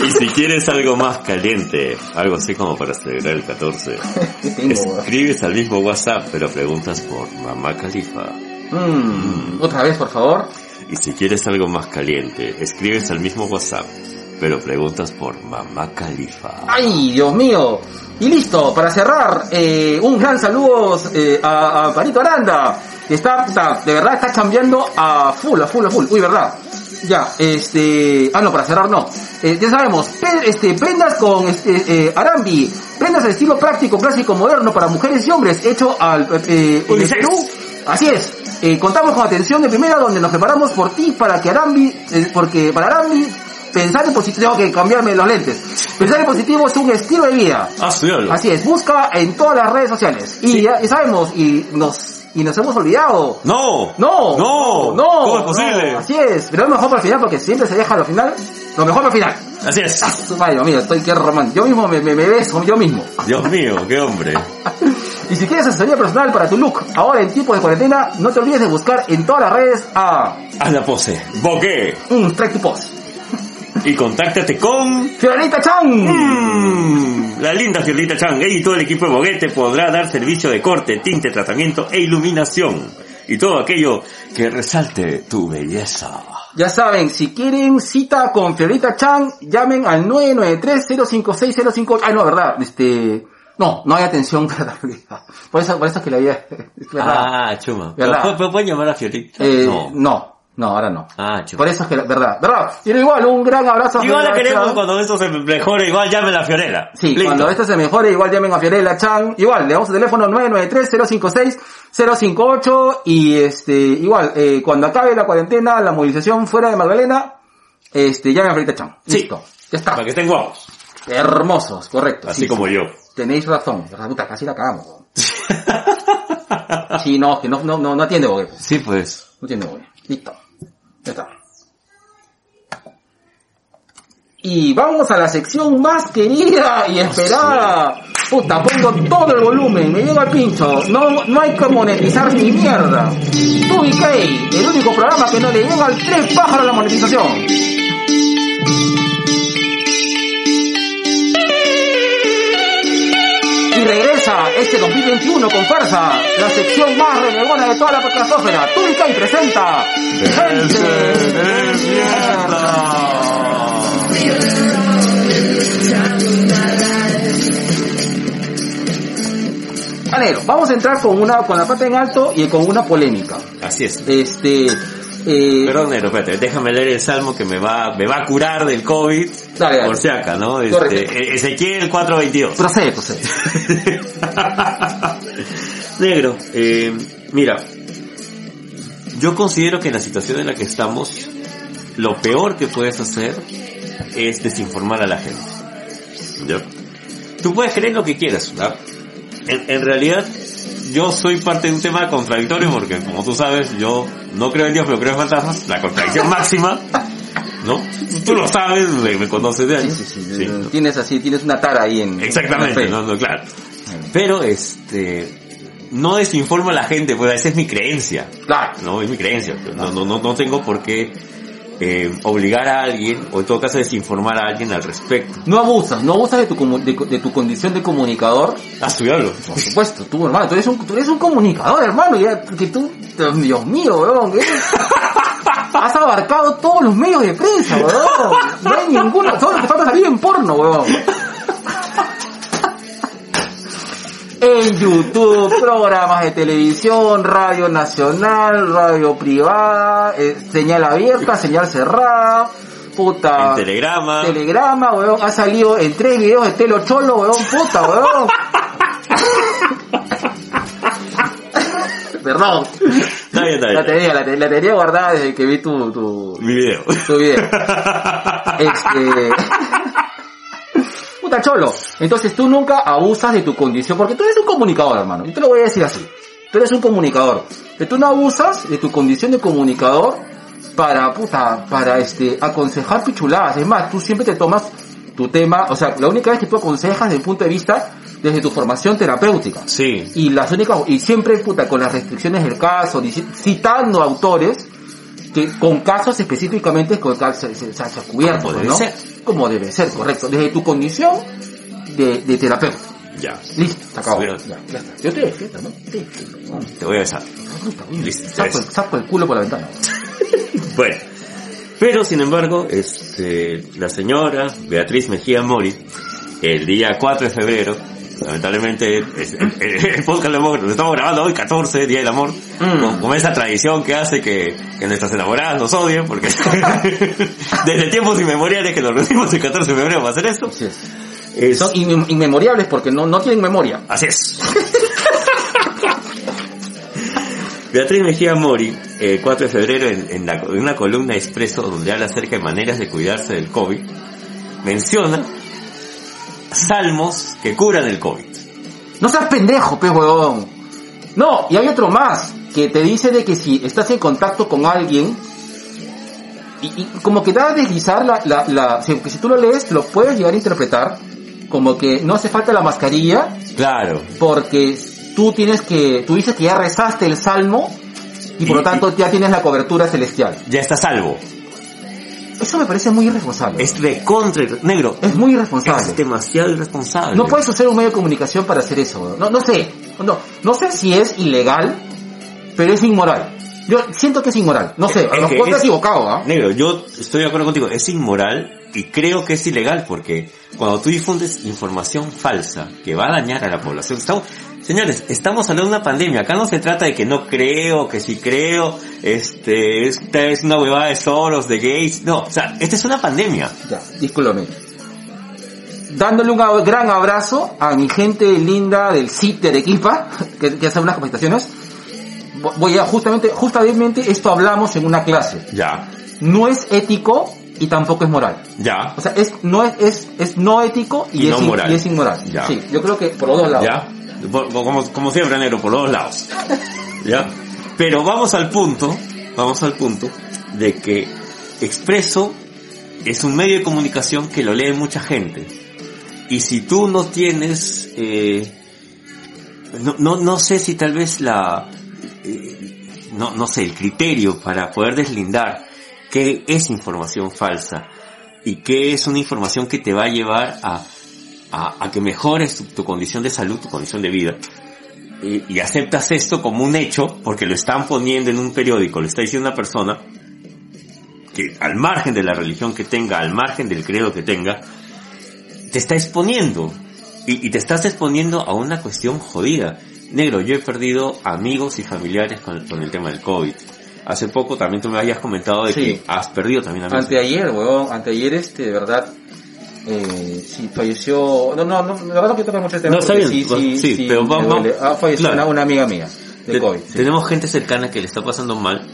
Y si quieres algo más caliente, algo así como para celebrar el 14, ¿Qué tengo? escribes al mismo WhatsApp pero preguntas por Mamá Califa. Mm, otra vez, por favor. Y si quieres algo más caliente, escribes al mismo WhatsApp pero preguntas por Mamá Califa. ¡Ay, Dios mío! Y listo, para cerrar, eh, un gran saludo eh, a, a Parito Aranda, que está, está- de verdad está cambiando a full, a full, a full. Uy, ¿verdad? Ya, este... Ah, no, para cerrar no. Eh, ya sabemos, pe- este, prendas con este, eh, Arambi, prendas de estilo práctico, clásico, moderno para mujeres y hombres, hecho al... eh, eh, en el Unisex. Perú. Así es. Eh, contamos con atención de primera donde nos preparamos por ti para que Arambi, eh, porque para Arambi pensar en positivo, tengo que cambiarme los lentes. Pensar en positivo es un estilo de vida. Ah, sí, algo. Así es, busca en todas las redes sociales. Y Sí. ya y sabemos, y nos, y nos hemos olvidado. ¡No! No, ¡No! no, ¿Cómo es no. posible? así es, pero lo mejor para el final porque siempre se deja lo final, lo mejor para el final. Así es. Ah, su madre, mira, estoy que romántico. Yo mismo me, me, me beso, yo mismo. Dios mío, qué hombre. Y si quieres asesoría personal para tu look, ahora en tiempos de cuarentena, no te olvides de buscar en todas las redes a Haz la pose. Boqué. un Strike to Post. Y contáctate con... Fiorita Chan. Mm, La linda Fiorita Chang y todo el equipo de Boguete podrá dar servicio de corte, tinte, tratamiento e iluminación. Y todo aquello que resalte tu belleza. Ya saben, si quieren cita con Fiorita Chan, llamen al 993-056-058. Ah, no, verdad, este... No, no hay atención para la Fiorita. Por eso, por eso es que la había... es verdad. Ah, chuma. ¿Verdad? ¿Pero, pero pueden llamar a Fiorita? Eh, no. no. no, ahora no. Ah, Por chuma. eso es que... la- Verdad, verdad. Y igual, un gran abrazo a Igual la Fiorella queremos Chan. cuando esto se mejore, igual llamen a Fiorella. Sí, Listo. cuando esto se mejore, igual llamen a Fiorella Chan. Igual, le damos el teléfono 993-056-058. Y este, igual, eh, cuando acabe la cuarentena, la movilización fuera de Magdalena, este, llamen a Fiorella Chan. Sí. Listo. Ya está. Para que estén guapos. Hermosos, correcto. Así sí, como sí. yo. Tenéis razón. La puta, casi la cagamos. weón. sí, no, que no, no, no, no atiende, Bogue. Sí, pues. No atiende, Bogue. Listo. Ya está. Y vamos a la sección más querida y esperada. Puta, pongo todo el volumen, me llega el pincho. No, no hay que monetizar ni mierda. Tubi Key, el único programa que no le llega al tres pájaros la monetización. Y regresa este 2021 con fuerza la sección más renegona de toda la podcastófera. Tubica y presenta Gente de Mierda. Anero, vamos a entrar con una con la pata en alto y con una polémica. Así es. Este, eh, Perdón, Nero, espérate, déjame leer el salmo que me va, me va a curar del COVID. Dale, dale. Por si acá, ¿no? Correcto. Este, E- Ezequiel 422. procede, procede. Negro, eh, mira, yo considero que en la situación en la que estamos, lo peor que puedes hacer es desinformar a la gente. ¿Ya? Tú puedes creer lo que quieras, ¿verdad? en, en realidad yo soy parte de un tema contradictorio porque como tú sabes yo no creo en Dios pero creo en fantasmas, la contradicción máxima, ¿no? Tú lo sabes, me, me conoces de Sí, años. sí, sí. Sí, eh, Tienes así, tienes una tara ahí en... en Exactamente, la no, fe. no, claro. Pero este, no desinformo a la gente, pues esa es mi creencia. Claro. No, es mi creencia. pues, No, no, no, no tengo por qué eh, obligar a alguien, o en todo caso desinformar a alguien al respecto. No abusas, no abusas de tu, comu- de, de tu condición de comunicador. Ah, su diablo. Por supuesto, tú, hermano, tú eres un, tú eres un comunicador, hermano, ya que tú, Dios mío, weón, que eres- has abarcado todos los medios de prensa, weón. No hay ninguno, solo te falta salir en porno, weón. En YouTube, programas de televisión, radio nacional, radio privada, eh, señal abierta, señal cerrada, puta. En telegrama. Telegrama, weón, ha salido en tres videos de Telo Cholo, weón, puta, weón. Perdón. Está bien, está La bien. tenía, la, te- la tenía guardada desde que vi tu, tu, Mi video. tu video. Este... Puta cholo. Entonces tú nunca abusas de tu condición, porque tú eres un comunicador, hermano. Yo te lo voy a decir así. Tú eres un comunicador. Que tú no abusas de tu condición de comunicador para, puta, para este, aconsejar pichuladas. Es más, tú siempre te tomas tu tema, o sea, la única vez que tú aconsejas desde el punto de vista desde tu formación terapéutica Sí. y las únicas y siempre puta con las restricciones del caso dici- citando autores que con casos específicamente con casos cubiertos Como debe ¿no? ser. como debe ser correcto desde tu condición de, de terapeuta Ya. listo se acabó Bien. Ya, ya está. yo te defiendo ¿no? Te defiendo. Te voy a besar. Puta, uy, Listo, saco, el, tres. saco el culo por la ventana Bueno. Pero, sin embargo, este, la señora Beatriz Mejía Mori, el día 4 de febrero, lamentablemente, es- el, el- el podcast lo, hemos- lo estamos grabando hoy, 14, Día del Amor, Mm. con, con esa tradición que hace que, que nuestras enamoradas nos odien, porque desde tiempos inmemoriales que nos reunimos el 14 de febrero para hacer esto. eh, Así es. Es- son inmem- inmemoriables porque no, no tienen memoria Así es. Beatriz Mejía Mori, el 4 de febrero, en, en la- en una columna de expreso donde habla acerca de maneras de cuidarse del COVID, menciona salmos que curan el COVID. No seas pendejo, pe huevón. No, y hay otro más, que te dice de que si estás en contacto con alguien, y, y como que da a deslizar la, la, la- si, que si tú lo lees, lo puedes llegar a interpretar, como que no hace falta la mascarilla, Claro. porque tú tienes que, tú dices que ya rezaste el salmo, y por Y- lo tanto ya tienes la cobertura celestial. Ya está salvo. Eso me parece muy irresponsable. Es, Es de contra... Negro. muy Es irresponsable. demasiado irresponsable. No puedes usar un medio de comunicación para hacer eso, weón. No, no sé. No, no sé si es ilegal, pero es inmoral. Yo siento que es inmoral. No sé, Es a lo que mejor Eh, es- estoy equivocado, ¿ah? Negro, yo estoy de acuerdo contigo, es inmoral y creo que es ilegal porque cuando tú difundes información falsa que va a dañar a la población, estamos, señores, estamos hablando de una pandemia, acá no se trata de que no creo, que si creo, este, esta es una huevada de Soros, de Gates, no, o sea, esta es una pandemia. Ya, discúlpame. Dándole un ab- gran abrazo a mi gente linda del CIT de Arequipa, que, que hace unas capacitaciones. Vo- Voy a, justamente, justamente esto hablamos en una clase. Ya, No es ético y tampoco es moral. ya, O sea, es, no es, es, es no ético y, Y es, no in- moral. y es inmoral. Ya. Sí, yo creo que por los dos lados. ya, Por- como, como siempre, negro, por los lados. Ya, pero vamos al punto, vamos al punto de que Expreso es un medio de comunicación que lo lee mucha gente. Y si tú no tienes, eh, no, no, no sé si tal vez la, eh, no, no sé, el criterio para poder deslindar qué es información falsa y qué es una información que te va a llevar a, a, a que mejores tu, tu condición de salud, tu condición de vida. Y, y aceptas esto como un hecho porque lo están poniendo en un periódico, lo está diciendo una persona que al margen de la religión que tenga, al margen del credo que tenga, te está exponiendo. Y, y te estás exponiendo a una cuestión jodida. Negro, yo he perdido amigos y familiares con, con el tema del COVID. Hace poco también tú me habías comentado de Sí. que has perdido también amigos. Anteayer, weón, anteayer este, de verdad, eh, sí, falleció, no, no, no, la verdad no quiero tocar mucho el tema. No, está porque bien, sí, sí, sí, sí, pero me vamos- duele. Ah, falleció claro. una, una amiga mía, de Te- COVID. sí. Tenemos gente cercana que le está pasando mal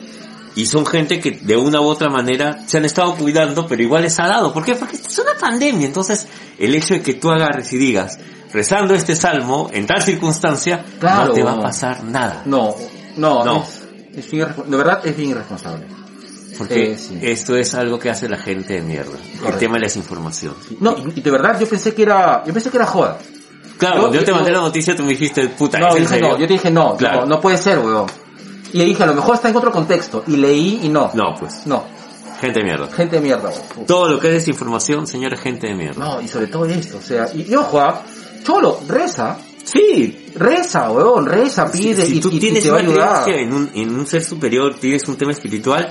y son gente que de una u otra manera se han estado cuidando, pero igual les ha dado. ¿Por qué? Porque es una pandemia. Entonces, el hecho de que tú agarres y digas, rezando este salmo en tal circunstancia, Claro. no te va a pasar nada. No, no, No. Es, es bien irrespo- de verdad es bien irresponsable. Porque Eh, sí. esto es algo que hace la gente de mierda. El Correcto. tema de la desinformación. No, y y de verdad yo pensé que era, yo pensé que era joda. Claro, No, yo, te yo- mandé la noticia, tú me dijiste, puta, No, ¿es yo en dije serio? no, yo te dije no, Claro. no, no puede ser, weón. Y le dije, a lo mejor está en otro contexto. Y leí y no. No, pues, No, gente de mierda. gente de mierda, weón. Todo lo que es desinformación, señora gente de mierda. No, y sobre todo esto, o sea, y, y ojo, ah, Cholo, reza, Sí, reza, weón, reza, pide, si y, tú y- y tienes te va a una ayudar. creencia en un, en un ser superior, tienes un tema espiritual,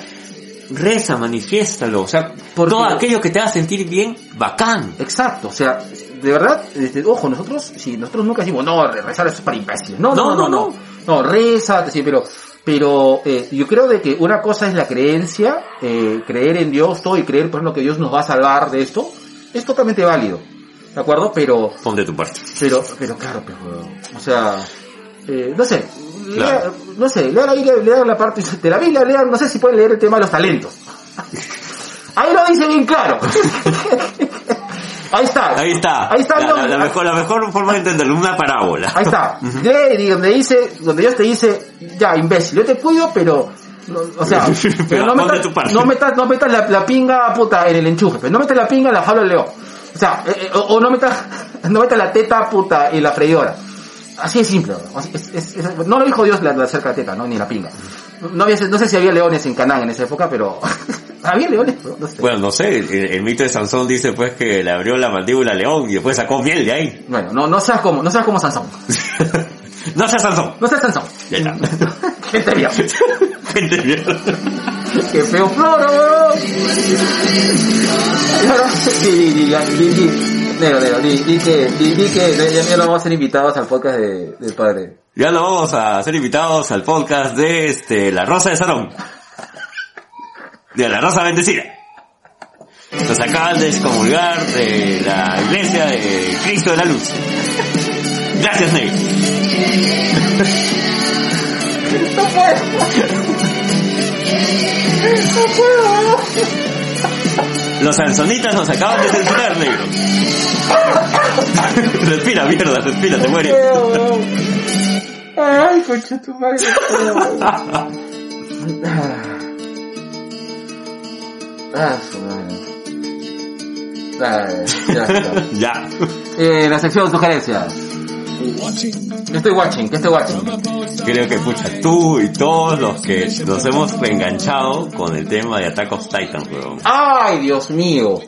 reza, manifiéstalo. O sea, Porque- todo aquello que te haga sentir bien, bacán. Exacto, o sea, de verdad, este, ojo, nosotros, si nosotros nunca decimos, no, re- rezar es para imbéciles. No, no, no, no, no, no, reza, sí, pero, pero eh, yo creo de que una cosa es la creencia, eh, creer en Dios todo y creer, por ejemplo, que Dios nos va a salvar de esto, es totalmente válido, ¿de acuerdo? Pero, Pon de tu parte. pero, pero claro, pero, o sea, eh, no sé, Claro. lea- no sé, lea la Biblia, lea la parte de la Biblia, lea, no sé si pueden leer el tema de los talentos. Ahí lo dice bien claro. Ahí está. Ahí está. Ahí está. La, no, la- la ahí- mejor, la mejor forma de entenderlo, una parábola. Ahí está. Lee y donde dice, donde Dios te dice, ya, imbécil, yo te cuido, pero, no, o sea, Pero pero no pon de metas, tu parte. no metas, no metas la, la pinga, puta, en el enchufe, pero no metas la pinga en la jaula del león. O sea, eh, eh, o, o no metas, no metas la teta, puta, en la freidora. Así es simple. ¿no? Así- es- es- es- no lo dijo Dios la, la cerca de teta, ¿no? Ni la pinga. No, había, no sé si había leones en Canaán en esa época, pero, había leones, Pero no sé. Bueno, no sé, el, el mito de Sansón dice pues que le abrió la mandíbula a León y después sacó miel de ahí. Bueno, no, no seas como, no seas como Sansón. no sea Sansón. No seas Sansón. Ya está. Gente mía. Gente de mierda. ¡Qué feo floro, weón! Y ahora, di, di, di, ya, di, di, negro, negro, di, di que, di, di que, ya- ya, ya no vamos a ser invitados al podcast de, del padre. Ya lo vamos a ser invitados al podcast de este La Rosa de Sarón. De La Rosa Bendecida. Nos acaban de excomulgar de la iglesia de Cristo de la Luz. Gracias, Ney. ¡No puedo! ¡No puedo! Los Sansonitas nos acaban de censurar, negro. respira, mierda, respira, te mueres. ¡Ay, concha tu madre! Ah, su madre. Ah, ya está. ya. Eh, la sección de sugerencias. Yo estoy watching, yo estoy watching. Creo que, pucha, tú y todos los que nos hemos enganchado con el tema de Attack of Titans, weón. ¡Ay, Dios mío!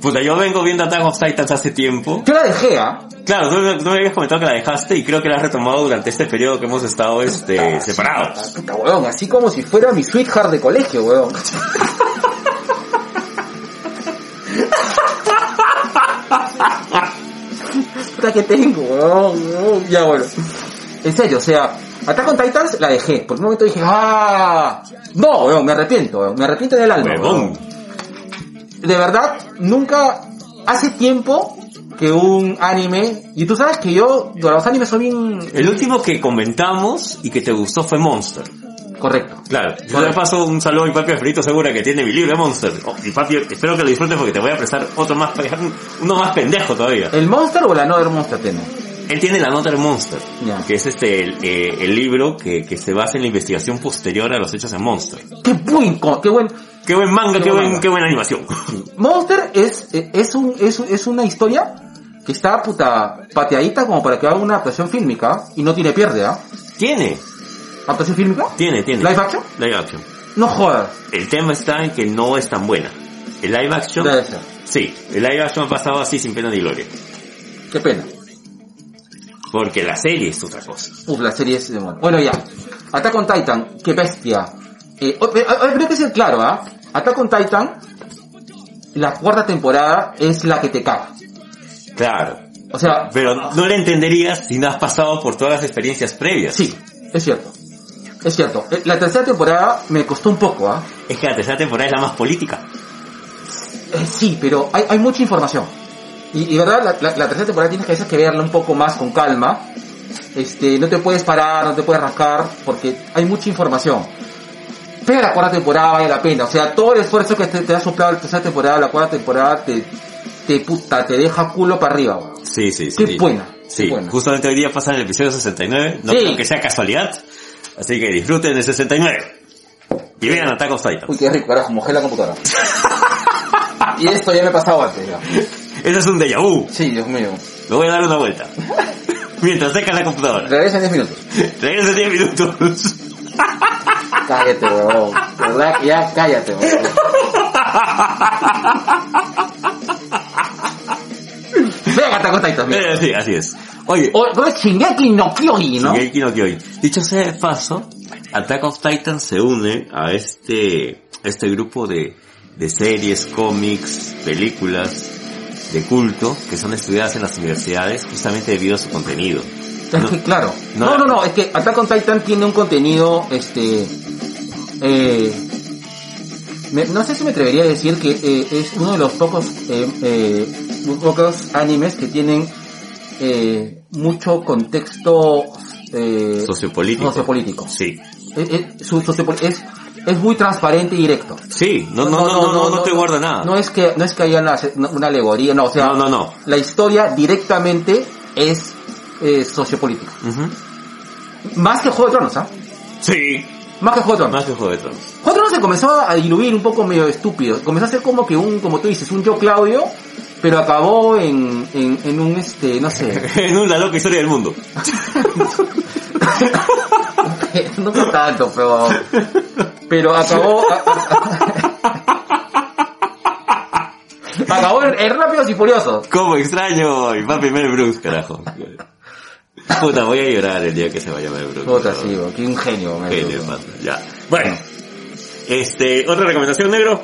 Puta, yo vengo viendo Attack of Titans hace tiempo. Yo la dejé, ¿ah? Claro, tú, me- tú me habías comentado que la dejaste y creo que la has retomado durante este periodo que hemos estado, este, separados. Ah, Puta, weón, así como si fuera mi sweetheart de colegio, weón. Puta que tengo, weón, weón. Ya, bueno. En serio, o sea, Attack on Titans la dejé. Por un momento dije, ¡ah! No, weón, me arrepiento, weón. Me arrepiento del alma, weón. Huevón. de verdad, nunca hace tiempo que un anime, y tú sabes que yo, los animes son bien El último que comentamos y que te gustó fue Monster. correcto. Claro, yo le paso un saludo a mi papi Alfredito Segura que tiene mi libro de Monster. Oh, y papi, espero que lo disfrutes porque te voy a prestar otro más, pe- uno más pendejo todavía. ¿El Monster o la Another Monster tiene? Él tiene la nota del Monster, Ya. que es este el, eh, el libro que, que se basa en la investigación posterior a los hechos de Monster. Qué buen, co- qué buen. Qué buen manga, Qué qué, buen buen, manga. qué buena animación. Monster es, eh, es un, es, es una historia que está puta pateadita como para que haga una adaptación fílmica y no tiene pierde, ¿ah? tiene, ¿Adaptación fílmica? tiene, tiene. ¿Live action? Live action. No jodas. El tema está en que no es tan buena. El live action, Debe ser. sí, el live action ha pasado así sin pena ni gloria. Qué pena. Porque la serie es otra cosa. Uf, la serie es de bueno. Bueno, ya. Attack on Titan, qué bestia. Eh, oh, eh, oh, pero hay que ser claro, ¿ah? Attack on Titan, la cuarta temporada es la que te caga. Claro. O sea, Pero no la entenderías si no has pasado por todas las experiencias previas. sí, es cierto. Es cierto. Eh, La tercera temporada me costó un poco, ¿ah? Es que la tercera temporada es la más política. Eh, sí, pero hay, hay mucha información. Y, y verdad, la, la- la tercera temporada tienes que, a veces que verla un poco más con calma. Este, no te puedes parar, no te puedes rascar, porque hay mucha información. Pero la cuarta temporada vale la pena. O sea, todo el esfuerzo que te, te ha soplado la tercera temporada, la cuarta temporada te, te puta, te deja culo para arriba, weón. Sí, sí, Qué buena. Sí, bueno. justamente hoy día pasa el episodio 69. No Sí. creo que sea casualidad. Así que disfruten el 69. Y vean Attack on Titan. Uy, qué rico, carajo, mojé la computadora. y esto ya me ha pasado antes, ya. Ese es un déjà vu. Sí, Dios mío. Me voy a dar una vuelta. Mientras seca la computadora. Regresa en 10 minutos. Regreso 10 minutos. Cállate, weón. De verdad, que ya cállate, weón. Venga, te acostáis también. Eh, sí, así es. Oye, O, ¿Cómo es Shingeki no Kyori, no? Shingeki no Kyojin. Dicho sea de paso, Attack of Titan se une a este, este grupo de, de series, cómics, películas de culto que son estudiadas en las universidades justamente debido a su contenido. Es que, claro. no. No, no, no, es que Attack on Titan tiene un contenido, este... Eh, me- no sé si me atrevería a decir que eh, es uno de los pocos, eh, eh, pocos animes que tienen eh, mucho contexto... Eh, Sociopolítico. sociopolítico. Sí. Eh, eh, su- sociopol- es, es muy transparente y directo. Sí, no, no, no, no, no, no te guarda nada. No es que, no es que haya una, una alegoría, no, o sea, No, no, no. la historia directamente es eh, sociopolítica. Ujú. Más que Juego de Tronos, ¿ah? Sí. Más que Juego de Tronos. Más que Juego de Tronos. Juego de Tronos se comenzó a diluir un poco medio estúpido. Comenzó a ser como que un, como tú dices, un yo Claudio, pero acabó en, en, en un este, no sé, en una loca historia del mundo. no fue tanto, pero, pero acabó, acabó en, en Rápidos y Furiosos. ¿Cómo extraño a mi papi Mel Brooks, carajo? Puta, voy a llorar el día que se vaya Mel Brooks. Puta, carajo. sí, bro, qué un genio, me Genio, hermano, ya. Bueno, este, otra recomendación, negro.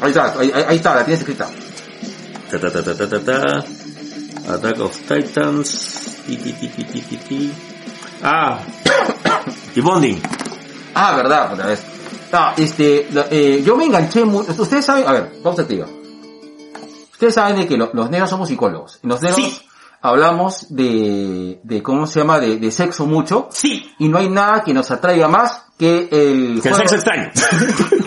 Ahí está, ahí, ahí- ahí está, la tienes escrita. Ta, ta, ta, ta, ta, ta, ta. Attack of Titans. Ti, ti, ti, ti, ti, ti, ti. Ah, y Bonding. Ah, verdad, otra vez. Ah, este, lo- eh, yo me enganché mucho. Ustedes saben, a ver, pausa activa. Ustedes saben de que lo- los negros somos psicólogos. Los negros Sí. hablamos de, de, ¿cómo se llama? De, de sexo mucho. Sí, Y no hay nada que nos atraiga más que el... que el juego- sexo extraño.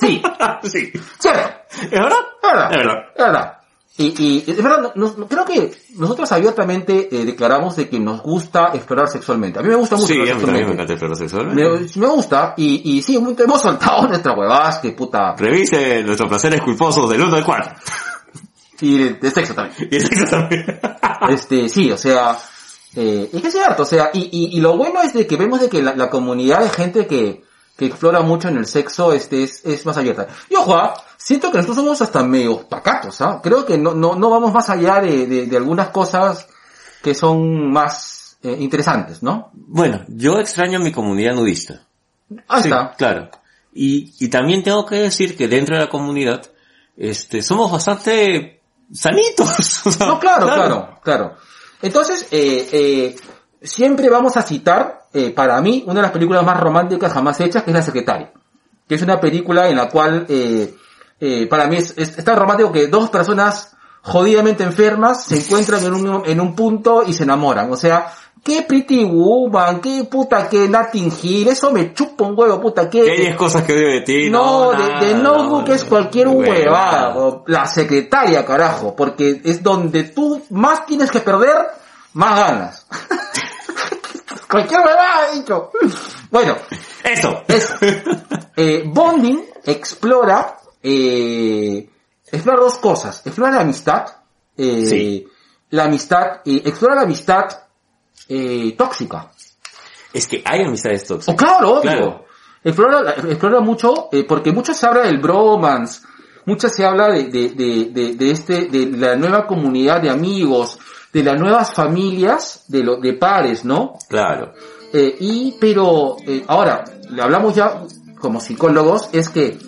Sí, sí. cierto. ¿Es verdad? Es verdad. Es verdad. Es verdad. Y, y es verdad, no- no- creo que nosotros abiertamente eh, declaramos de que nos gusta explorar sexualmente. A mí me gusta mucho Sí, explorar a mí también me sexualmente. encanta el ¿eh? flor sexual. Me, me gusta, y, y sí, muy- hemos soltado nuestras huevadas, que puta, Revise nuestros placeres culposos del 1 al 4. y de, de sexo también. Y el sexo también. Este, sí, o sea, eh, es que es cierto, o sea, y, y, y lo bueno es de que vemos de que la, la comunidad de gente que, que explora mucho en el sexo, este, es, es más abierta. Yo, Juan, siento que nosotros somos hasta medio pacatos, ¿ah? Creo que no, no, no vamos más allá de, de, de algunas cosas que son más eh, interesantes, ¿no? Bueno, yo extraño mi comunidad nudista. Ahí Sí, está. claro. Y, y también tengo que decir que dentro de la comunidad, este, somos bastante sanitos. O sea, No, claro, claro, claro. Entonces, eh, eh, siempre vamos a citar, eh, para mí, una de las películas más románticas jamás hechas, que es La Secretaria. Que es una película en la cual, eh, eh, para mí, es, es- es tan romántico que dos personas jodidamente enfermas se encuentran en un, en un punto y se enamoran. O sea, qué pretty woman, qué puta, qué Nothing Hill, eso me chupa un huevo, puta, qué... Que hay 10 cosas que odio de ti. No, nada, de, de notebook es cualquier huevada. huevada. weón. La secretaria, carajo. Porque es donde tú más tienes que perder, más ganas. cualquier huevada, dicho. Bueno, Eso. eso. Eh, Bonding explora, eh, explora dos cosas. Explora la amistad. eh, Sí. La amistad, eh, explora la amistad eh, tóxica. Es que hay amistades Oh, tóxicas. claro, obvio. Claro. Explora, explora mucho, eh, porque mucho se habla del bromance, mucho se habla de, de, de, de, de este, de la nueva comunidad de amigos, de las nuevas familias, de, lo, de pares, ¿no? Claro. Eh, y, pero, eh, ahora, le hablamos ya como psicólogos, es que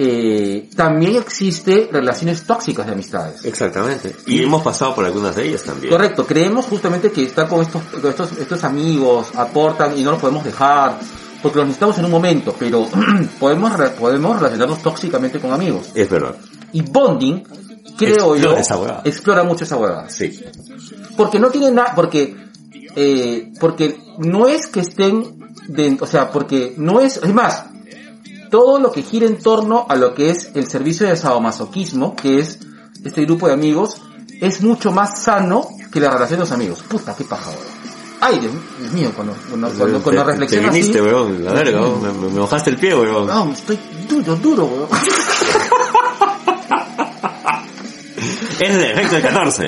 eh, también existe relaciones tóxicas de amistades. Exactamente. Y hemos pasado por algunas de ellas también. Correcto, creemos justamente que estar con estos, con estos, estos amigos aportan y no los podemos dejar, porque los necesitamos en un momento, pero podemos, re- podemos relacionarnos tóxicamente con amigos. Es verdad. Y bonding, creo Explora yo, esa huevada. explora mucho esa huevada. Sí. Porque no tiene nada, porque, eh, porque no es que estén, de- o sea, porque no es, es más, todo lo que gira en torno a lo que es el servicio de sadomasoquismo, que es este grupo de amigos, es mucho más sano que la relación de los amigos. Puta, qué paja, weón. Ay, Dios Dios mío, cuando, cuando, cuando, cuando te, te reflexionas viniste, así, weón, la verga, weón, me, me- me mojaste el pie, weón. No, estoy duro, duro, weón. Es el efecto del 14.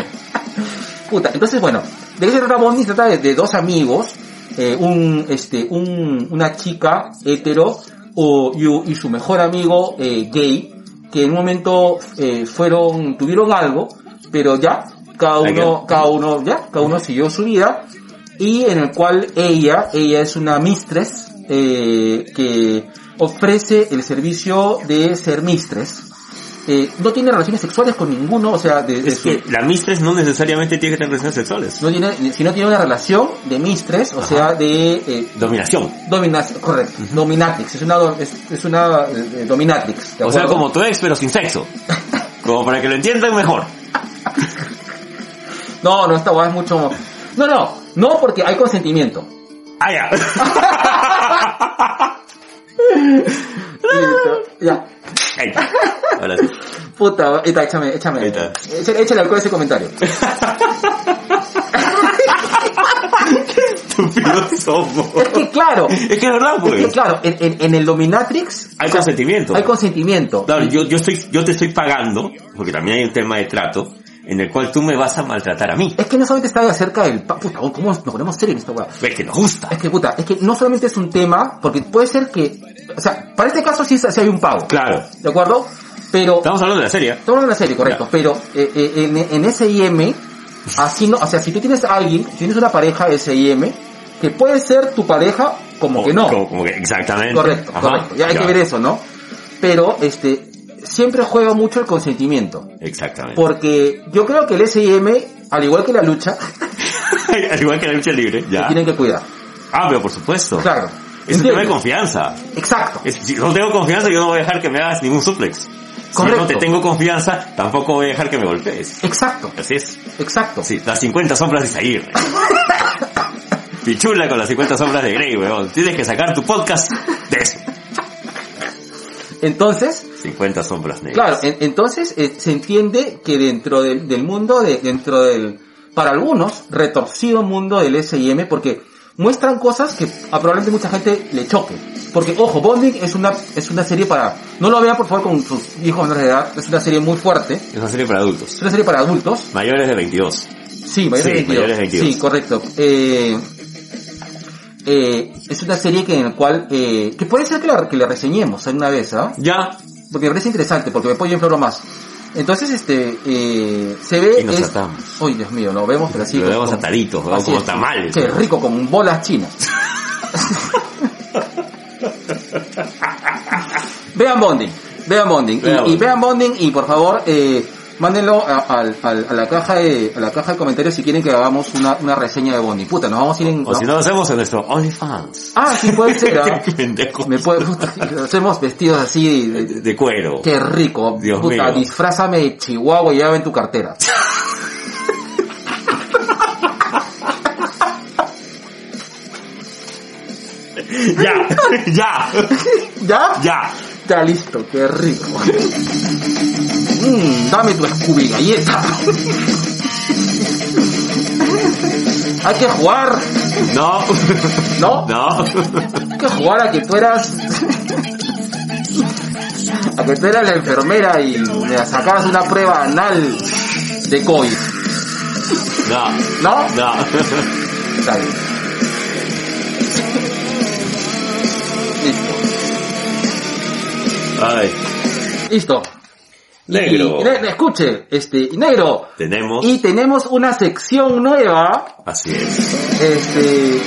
Puta, entonces bueno, ¿de qué se trata Bonnie? Se trata de, de dos amigos, eh, un, este, un, una chica hetero o, y, u- y su mejor amigo eh, gay, que en un momento eh, fueron, tuvieron algo, pero ya, cada uno, Again. cada uno, ya, cada uno siguió su vida, y en el cual ella, ella es una mistress, eh, que ofrece el servicio de ser mistress. Eh, no tiene relaciones sexuales con ninguno, o sea, de, de Es su- que la mistress no necesariamente tiene que tener relaciones sexuales. no tiene, si no tiene una relación de mistress, o sea, de eh, Dominación. dominación, correcto, dominatrix, es una, do- es, es una eh, eh, dominatrix, ¿de O sea, acuerdo? como tu ex, pero sin sexo. Como para que lo entiendan mejor. No, no, esta guay es mucho... No, no, no porque hay consentimiento. Ah, ya. Ah. Listo, ya, Ay. Ahora sí. puta, ahí está, échame, échame. Ahí está. Échale, échale alcohol a ese comentario. Estúpido somos. Es que claro, es Es que es verdad, que pues. claro, en, en, en el dominatrix Hay consentimiento. hay consentimiento. Claro, yo, yo, estoy, yo te estoy pagando, porque también hay un tema de trato, en el cual tú me vas a maltratar a mí. Es que no solamente está acerca del... pa- Puta, ¿cómo nos ponemos serios en esta guay? Ves que nos gusta. Es que puta, es que no solamente es un tema, porque puede ser que, o sea, para este caso sí, es- sí hay un pago, Claro. ¿de acuerdo? Pero, Estamos hablando de la serie. todo en la serie, correcto, Ya. pero eh, eh, en, en SIM, así no, o sea, si tú tienes a alguien, si tienes una pareja SIM, que puede ser tu pareja como O- que no, Como, como que exactamente. correcto, Ajá, correcto, ya hay que claro. ver eso, ¿no? Pero, este, siempre juega mucho el consentimiento, Exactamente. porque yo creo que el SIM, al igual que la lucha, Al igual que la lucha libre, lo ya. tienen que cuidar, Ah, pero por supuesto. claro. Es un tema de ¿Entiendes? confianza. Exacto. Es- si no tengo confianza, yo no voy a dejar que me hagas ningún suplex. Si Correcto. no te tengo confianza, tampoco voy a dejar que me golpees. Exacto, Así es. exacto. Sí, las 50 sombras de Zaguirre. Pichula con las 50 sombras de Grey, weón. Tienes que sacar tu podcast de eso. Entonces, 50 sombras negras. claro, en- entonces eh, se entiende que dentro del, del mundo, de, dentro del, para algunos, retorcido mundo del S&M, porque muestran cosas que a probablemente mucha gente le choque. Porque, ojo, Bonding es una, es una serie para, no lo vean por favor con sus hijos menores de edad, es una serie muy fuerte, Es una serie para adultos. es una serie para adultos, Mayores de 22. Sí, mayores de Sí, 22. mayores de 22. Sí, correcto. Eh, eh, es una serie que en la cual, eh, que puede ser que la, que la reseñemos alguna vez, ¿ah? Ya. porque me parece interesante, porque me pollo en floro más. Entonces, este, eh, se ve... Y nos es- atamos. Uy, Dios mío, lo vemos, pero así... Lo como- vemos ataditos, ¿no? así como es. tamales. Sí, ¿no? rico, con bolas chinas. vean Bonding, vean Bonding. Vean y, y Bonding. vean Bonding, y por favor, eh, mándenlo a, al- al- a la caja de, a la caja de comentarios si quieren que hagamos una, una reseña de Bonding. Puta, nos vamos a ir en... O si no, lo hacemos en nuestro OnlyFans. Ah, sí puede ser, ¿ah? Qué pendejo. Me puede, puta, nos hemos vestidos así de- de- De cuero. Qué rico. Dios Puta, mío. disfrázame de Chihuahua y lleva en tu cartera. Ya, ya, ¿Ya? ya. Está listo, qué rico. Mm, dame tu Scooby galleta. Hay que jugar, No, ¿no? no. Hay que jugar a que tú eras... A que tú eras la enfermera y me sacabas una prueba anal de COVID, No, ¿no? no. Está bien. Listo. Ay, Listo. Negro. Y- y ne- escuche, este, y negro. tenemos. Y tenemos una sección nueva, Así es. este,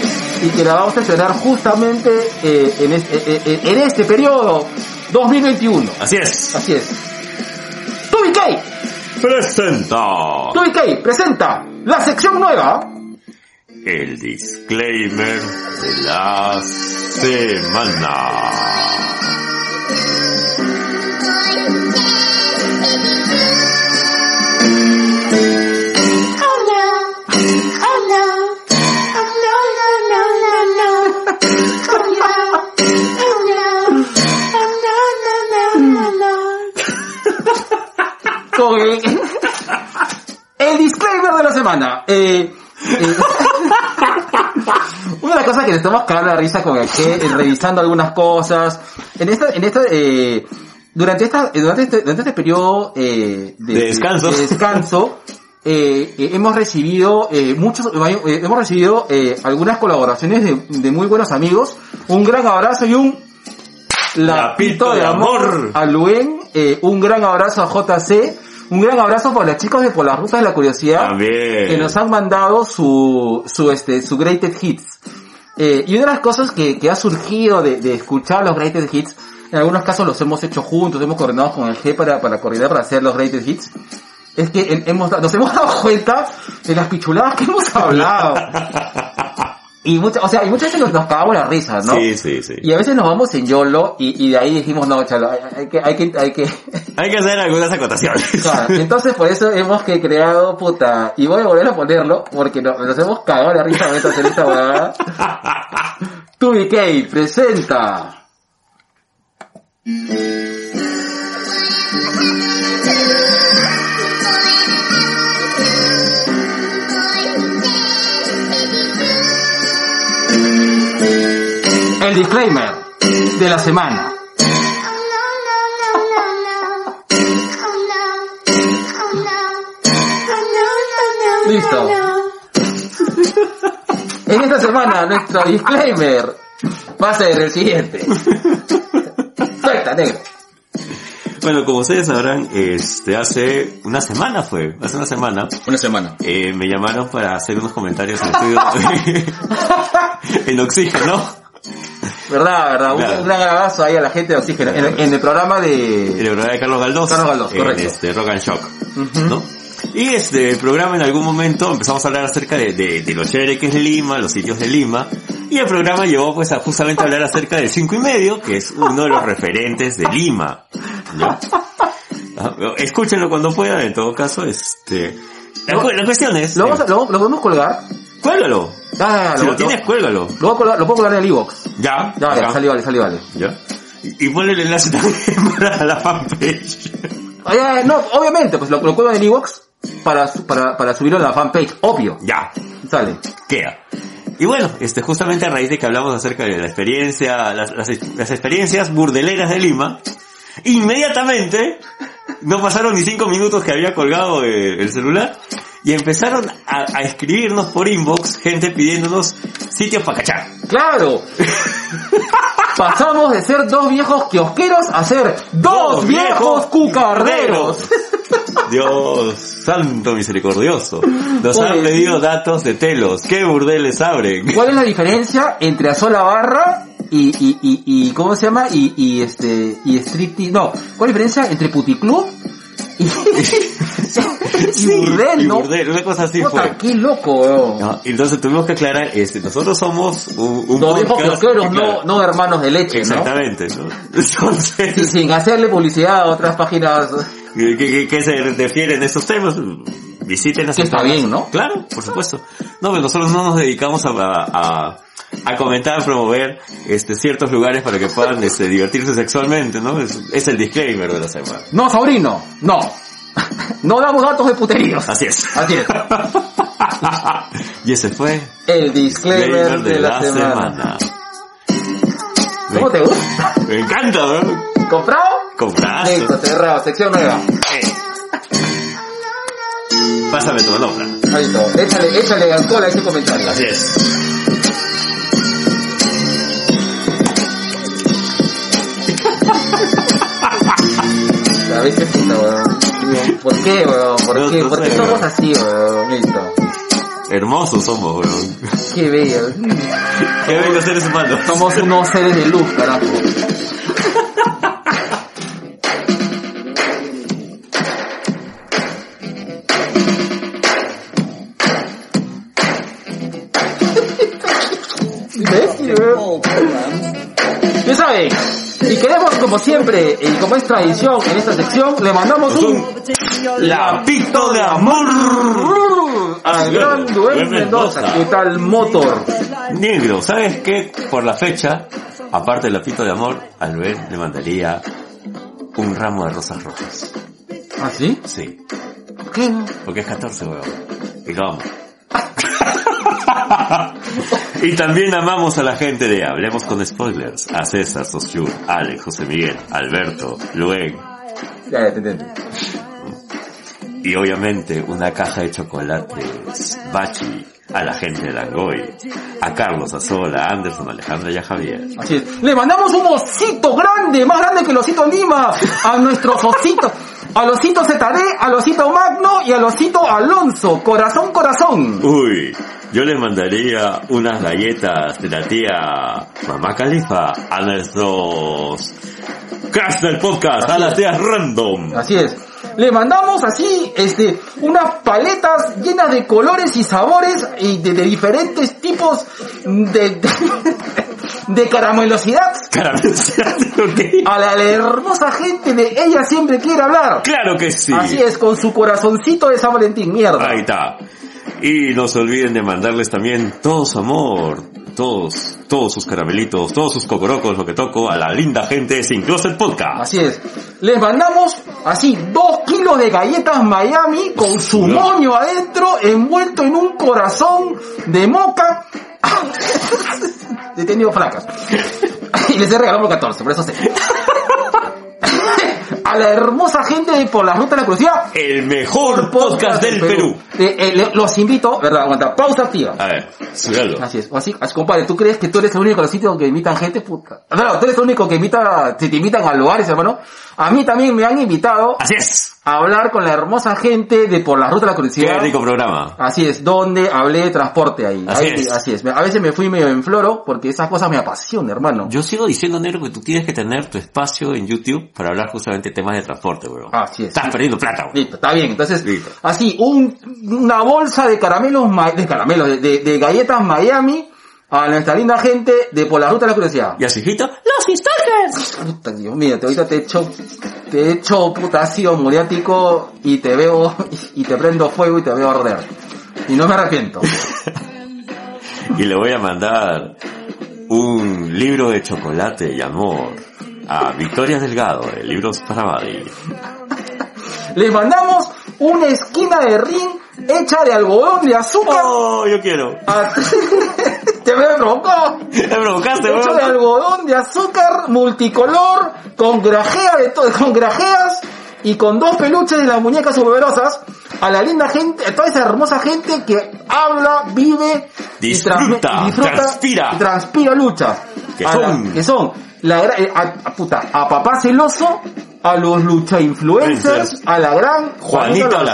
y que la vamos a estrenar justamente eh, en, este, eh, eh, en este periodo 2021. Así es. Así es. Tubi K, Presenta Tubi K presenta la sección nueva. el disclaimer de la semana. Oh no! Oh no! Oh no! No! No! No! No! Oh no! Oh no! Oh no! No! No! No! No! Con el, el disclaimer de la hermana, eh, eh, una de las cosas que le estamos cagando la risa con el que, eh, revisando algunas cosas, en esta, en esta, eh, durante esta, eh, durante este, durante este periodo eh, De descanso. de descanso, eh, eh, hemos recibido eh, muchos, eh, hemos recibido eh, algunas colaboraciones de, de muy buenos amigos. Un gran abrazo y un Lapito de amor. a Luen, eh, un gran abrazo a JC, un gran abrazo para los chicos de Por las Rutas de la Curiosidad, También. que nos han mandado su, su, este, su Greatest Hits. Eh, y una de las cosas que, que ha surgido de, de escuchar los Greatest Hits, en algunos casos los hemos hecho juntos, hemos coordinado con el G para, para coordinar para hacer los Greatest Hits, es que en- hemos, da- nos hemos dado cuenta de las pichuladas que hemos hablado. Y muchas, o sea, y muchas veces nos, nos cagamos la risa, ¿no? Sí, sí, sí. Y a veces nos vamos en YOLO y, y de ahí dijimos, no, chalo, hay, hay que, hay que, hay que... Hay que hacer algunas acotaciones. Claro, entonces por eso hemos que creado, puta, y voy a volver a ponerlo porque no- nos hemos cagado la risa de hacer esta huevada. Tubi K presenta. Oh, El disclaimer de la semana. Oh, Listo. En esta semana nuestro disclaimer va a ser el siguiente. Suelta, negro. Bueno, como ustedes sabrán, este, hace una semana fue, hace una semana, Una semana. eh, me llamaron para hacer unos comentarios en estudio en oxígeno, ¿Verdad, verdad? Un- Claro. Un gran abrazo ahí a la gente de Oxígeno. En, en el programa en el de... programa de Carlos Galdós. Carlos Galdós, en correcto. Este, Rock and Shock, Ujú. ¿no? Y este el programa en algún momento empezamos a hablar acerca de, de, de lo chévere que es Lima, los sitios de Lima, y el programa llevó pues a justamente hablar acerca del cinco y medio, que es uno de los referentes de Lima, ¿no? Ah, Escúchenlo cuando puedan, en todo caso, este... La, cu- la cuestión es... eh, ¿Lo, vamos a- lo- lo podemos colgar? Cuélgalo. Ah, Si lo, lo tienes, cuélgalo. lo puedo colgar- lo puedo colgar en el Evox. Ya. Ya, acá. vale, salió, vale, salió, vale. Ya. Y, y ponle el enlace también para la fanpage. Ah, ya, ya, no, obviamente, pues lo, lo cuelgo en el Evox para, su- para, para subirlo a la fanpage, obvio. Ya. Sale. Queda. Y bueno, este, justamente a raíz de que hablamos acerca de la experiencia, las, las, las experiencias burdeleras de Lima, inmediatamente, no pasaron ni cinco minutos que había colgado eh, el celular, y empezaron a, a escribirnos por inbox gente pidiéndonos sitios para cachar. ¡Claro! Pasamos de ser dos viejos kiosqueros a ser dos, viejos cucarderos. Dios santo misericordioso. Nos han Oye, pedido datos de telos. ¿Qué burdeles abren? ¿Cuál es la diferencia entre a sola barra y, y, y, y cómo se llama? Y, y este, y striptease, no. ¿Cuál es la diferencia entre puticlub y, y burdel, y no? burdel, una cosa así Puta, fue. qué loco, weón. No, Entonces tuvimos que aclarar, este, nosotros somos un, un Dos viejos podcast- kiosqueros, claro, no, no hermanos de leche, ¿no? Exactamente, ¿no? Y Entonces, sin hacerle publicidad a otras páginas. ¿qué, qué- qué se refieren a estos temas? Visiten las Que está entradas. bien, ¿no? Claro, por supuesto. No, pero nosotros no nos dedicamos a, a, a comentar, promover este, ciertos lugares para que puedan este, divertirse sexualmente, ¿no? Es, es el disclaimer de la semana. No, sobrino, no. No damos datos de puteríos. Así es. Así es. y ese fue El disclaimer de, la, semana. Me, ¿Cómo te gusta? me encanta, ¿no? ¿Comprado? Comprazo. Listo, cerrado. Sección nueva. Pásame tu manopla. Ahí está. Échale, échale alcohol a ese comentario. Así es. A veces puta, weón. Digo, ¿Por qué, weón? ¿Por No, qué? no ¿Por sé, qué somos weón. así, weón? Listo. Hermosos somos, weón. Qué bello. Qué bello seres humanos. Somos unos seres de luz, carajo. Imbécil, weón. Ya saben, y queremos como siempre, y como es tradición en esta sección, le mandamos un Lapito de amor. al gran Duel Mendoza, ¿qué tal motor? Negro, ¿sabes qué? Por la fecha, aparte del lapito de amor, al ver le mandaría un ramo de rosas rojas. ¿Ah, sí? Sí. ¿Qué? Porque es 14, weón. y lo amo. y también amamos a la gente de Hablemos con Spoilers, a César, Sosur, Ale, José Miguel, Alberto, Luen, Ya, ya, te entiendo. y obviamente una caja de chocolates, Bachi, a la gente de Langoy, a Carlos, a Sola, a Anderson, a Alejandra y a Javier. Así es. Le mandamos un osito grande, más grande que el osito Lima, a nuestros ositos, al osito ZD, al osito Magno y al osito Alonso. Corazón, corazón. Uy, yo le mandaría unas galletas de la tía Mamá Califa a nuestros cast del podcast, a las tías random. Así es. Le mandamos así, este, unas paletas llenas de colores y sabores y de, de diferentes tipos de, de, de caramelosidad Caramelizante, ¿ok? a la, la hermosa gente de Ella Siempre Quiere Hablar. Claro que sí. Así es, con su corazoncito de San Valentín, mierda. Ahí está. Y no se olviden de mandarles también todo su amor, todos, todos sus caramelitos, todos sus cocorocos, lo que toco, a la linda gente de Sin Closet Podcast. Así es. Les mandamos así dos kilos de galletas Miami con su No. moño adentro envuelto en un corazón de moca. He tenido flacas. Y les he regalado 14, por eso sé. A la hermosa gente de por la ruta de la curiosidad. El mejor podcast del Perú. Eh, eh, le- los invito, ¿verdad? Aguanta, pausa activa. A ver, súbelo. Así es, así, así, compadre, ¿tú crees que tú eres el único sitio que invitan gente? Puta. No, tú eres el único que invita, si te invitan a lugares, hermano. A mí también me han invitado Así es. a hablar con la hermosa gente de Por la Ruta de la Qué Curiosidad. rico programa. Así es, donde hablé de transporte ahí. Así Ahí sí, es. así es. A veces me fui medio en floro porque esas cosas me apasionan, hermano. Yo sigo diciendo, Nero, que tú tienes que tener tu espacio en YouTube para hablar justamente de temas de transporte, weón. Así es. Estás perdiendo plata, weón. Listo, está bien. Entonces, Listo. así, un, una bolsa de caramelos, Ma- de caramelos, de, de- de galletas Miami a nuestra linda gente de Por la Ruta de la Curiosidad. Y así, hijito, Puta, Dios mío, te, ahorita te echo, te echo puta ácido muriático y te veo, y te prendo fuego y te veo arder. Y no me arrepiento. Y le voy a mandar un libro de chocolate y amor a Victoria Delgado, de Libros para Madrid. Les mandamos una esquina de ring hecha de algodón de azúcar. ¡Oh, yo quiero! a- te veo provocado. ¡Te provocaste, Hecho de weón! algodón de azúcar multicolor con grajea de todo, con grajeas y con dos peluches de las muñecas superpoderosas a la linda gente, a toda esa hermosa gente que habla, vive, y transme- Disfruta, y transpira. y transpira lucha. Que A son- que son la gra- eh, a, a puta, a papá celoso, a los lucha influencers, Influencers. a la gran Juanito Olazábal,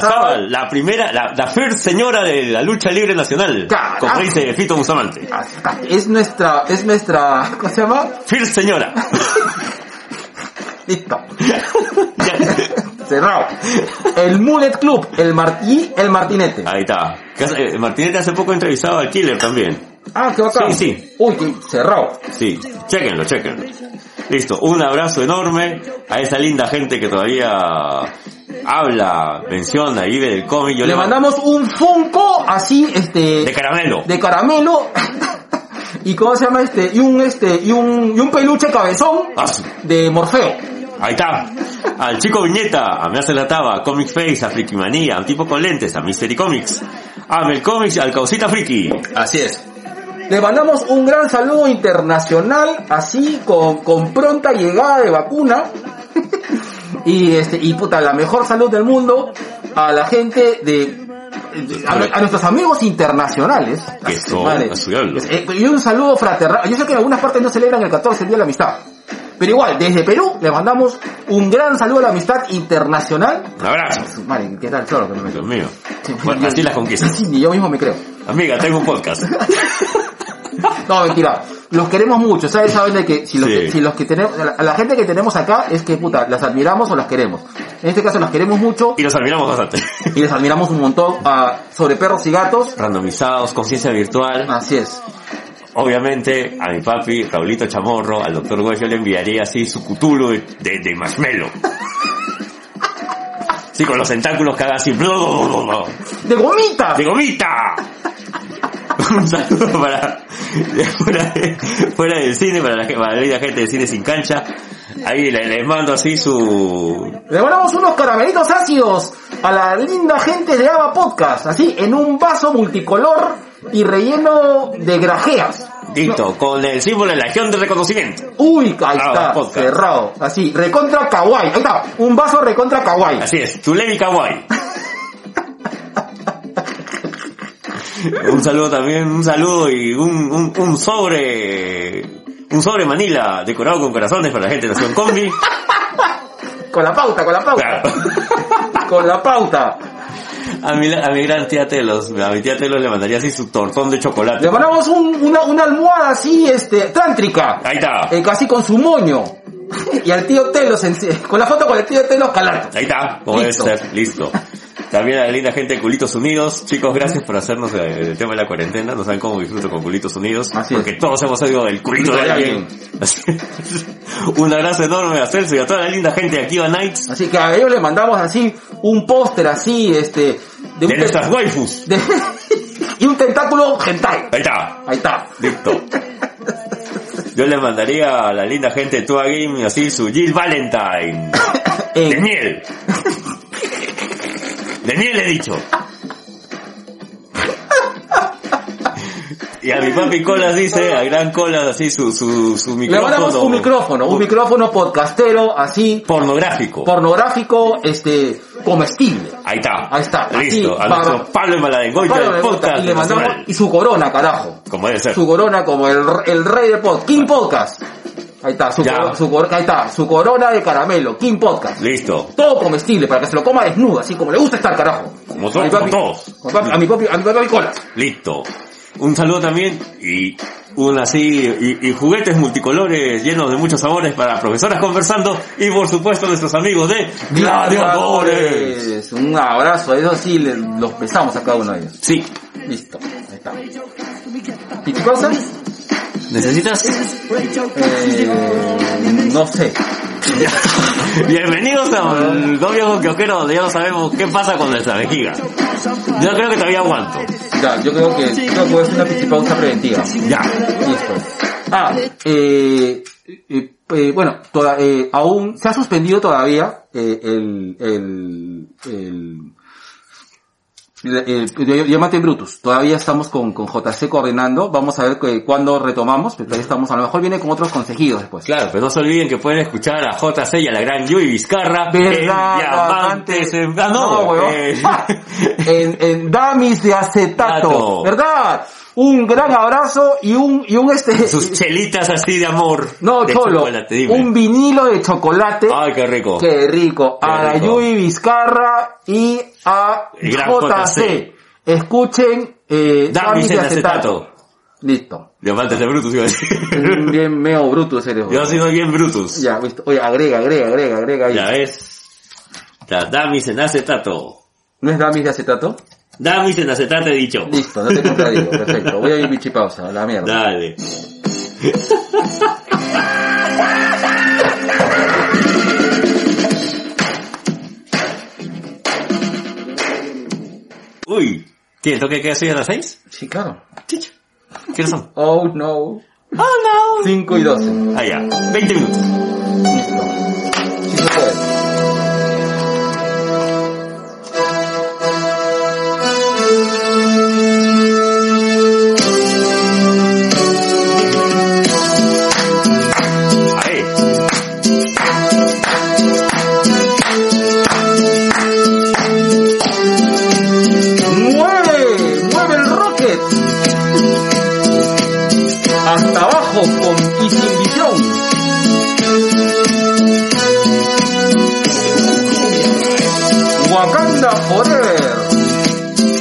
Olazábal, la primera, la, la first señora de la lucha libre nacional. Carajo. Como dice Fito Bustamante. hasta- Ah, Es nuestra, es nuestra, ¿cómo se llama? First señora. Listo. Ya. Cerrado. El Mullet Club, el Mar- y el Martinete. Ahí está. Que hace- eh, Martinete hace poco entrevistaba al Killer también. Ah, qué bacán. Sí, sí. Uy, qué- cerrado. Sí, chequenlo, chequenlo. Listo, un abrazo enorme a esa linda gente que todavía habla, menciona y ve del cómic. Yo Le mando- mandamos un Funko así, este, de caramelo. de caramelo. y cómo se llama este, y un este, y un, y un peluche cabezón Ah, su- de Morfeo. Ahí está. Al chico Viñeta, a Me hace la taba, a Comic Face, a Friki Manía, a un tipo con lentes, a Mystery Comics, a Mel Comics, al Causita Friki. Así es. Le mandamos un gran saludo internacional, así con, con pronta llegada de vacuna. y este, y puta, la mejor salud del mundo a la gente de de- a, a nuestros amigos internacionales. Que Así, son, madre. a su diablo. Eh, Y un saludo fraternal. Yo sé que en algunas partes no celebran el 14 el Día de la Amistad. Pero igual, desde Perú le mandamos un gran saludo a la amistad internacional. Un abrazo. Su Madre, ¿qué tal? Claro que no me Dios mío. Bueno, así las conquistas. Sí, ni yo mismo me creo. Amiga, tengo un podcast. No, mentira. Los queremos mucho. ¿Sabes? Saben de que si los, Sí. que, si los que tenemos, a la, a la gente que tenemos acá es que, puta, las admiramos o las queremos. En este caso las queremos mucho Y los admiramos bastante. y les admiramos un montón ah, sobre perros y gatos. Randomizados, conciencia virtual. Así es. Obviamente, a mi papi, Raulito Chamorro, al doctor Güey, yo le enviaría así su cutulo de, de, de marshmallow. Sí, con los tentáculos que haga así. blu, blu, blu, blu. ¡De gomita! ¡De gomita! Un saludo para fuera, de- fuera del cine, para la, ge- para la gente de cine sin cancha. Ahí le- les mando así su... Le mandamos unos caramelitos ácidos a la linda gente de Ava Podcast, así, en un vaso multicolor y relleno de grajeas. Dito, con el símbolo de la legión de reconocimiento. Uy, ahí Ava está, Podcast. cerrado, así, recontra kawaii, ahí está, un vaso recontra kawaii. Así es, Tulevi Kawaii. un saludo también, un saludo y un, un, un sobre, un sobre Manila decorado con corazones para la gente de Nación Combi. Con la pauta, con la pauta, Claro. con la pauta. A mi, a mi gran tía Telos, a mi tía Telos le mandaría así su tortón de chocolate. Le mandamos un- una, una almohada así, este, trántrica. Ahí está, eh, casi con su moño. Y al tío Telos, en- con la foto con el tío Telos calando. ahí está, como debe Listo. ser, listo. También a la linda gente de Culitos Unidos. Chicos, gracias por hacernos eh, el, tema de la cuarentena. No saben cómo disfruto con Culitos Unidos. Así es. porque todos hemos oído del culito de alguien. Así es. Un abrazo enorme a Celso y a toda la linda gente de Akiva Nights. Así que a ellos le mandamos así un póster así, este, de un De nuestras waifus. de- y un tentáculo hentai. Ahí está, Ahí está. listo. Yo le mandaría a la linda gente de Tua Game así su Jill Valentine. En- De miel. De miel he dicho. Y a mi papi Colas dice, a gran Colas así su, su, su le micrófono. mandamos un micrófono, un micrófono podcastero así, Pornográfico. pornográfico, este, comestible. Ahí está. Ahí está, así, Listo. a para- nuestro Pablo Maladengoy Pablo del me gusta, podcast. y le mandamos, nacional. y su corona, carajo. Como debe ser. Su corona como el, el rey del podcast, King Podcast. Ahí está, su, Ya. coro- su coro- ahí está, su corona de caramelo, King Podcast. Listo. Todo comestible, para que se lo coma desnudo, así como le gusta estar, carajo. Como to- A mi papi- como todos. con papi- A mi papi, a mi papi cola. Listo. Un saludo también y un así y, y juguetes multicolores llenos de muchos sabores para profesoras conversando y por supuesto nuestros amigos de Gladiadores. Un abrazo, eso sí, le- los besamos a cada uno de ellos. Sí, Listo, ahí está. ¿Piti Pausa? necesitas. Eh, no sé. Bienvenidos al novio con Kiosquero, donde ya no sabemos qué pasa con nuestra vejiga. Yo creo que todavía aguanto. Ya, yo creo que, creo que es una piti pausa preventiva. Ya. Listo. Ah, eh, eh, eh, bueno, toda- eh, aún se ha suspendido todavía eh, el, el, el, el- el- llámate Brutus. Todavía estamos con, con JC coordinando. Vamos a ver que- cuándo retomamos. Pero todavía estamos, a lo mejor viene con otros consejidos después. Claro, pero no se olviden que pueden escuchar a JC y a la gran Yui Vizcarra en Diamantes en... Ah, no, huevón. eh, en, en Damis de acetato, Dato. ¿verdad? Un gran abrazo y un, y un este, Sus chelitas así de amor. No, de Cholo, chocolate, dime. un vinilo de chocolate. Ay, qué rico. Qué rico. Qué a la rico. Yui Vizcarra y a El gran JC. Escuchen eh, Damis Damis de en acetato. Listo. Diamantes de Brutus, iba a decir. Bien meo bruto eres. Yo bro. sí soy bien Brutus. Ya, listo. Oye, agrega, agrega, agrega, agrega ahí. Ya ves. La Damis en acetato. ¿No es Damis de acetato? Damis en acetato he dicho. Listo, no te contradigo. Perfecto. Voy a ir pichipausa, a la mierda. Dale. Uy, ¿tiene toque que hacer a las 6? Sí, claro. ¿Quiénes son? Oh no. Oh 5 y 12. no. Ah, ya. 20 minutos. Listo. Sí se puede. Ahí. ¡Mueve! ¡Mueve el rocket! Hasta abajo con y sin visión. Wakanda Forever.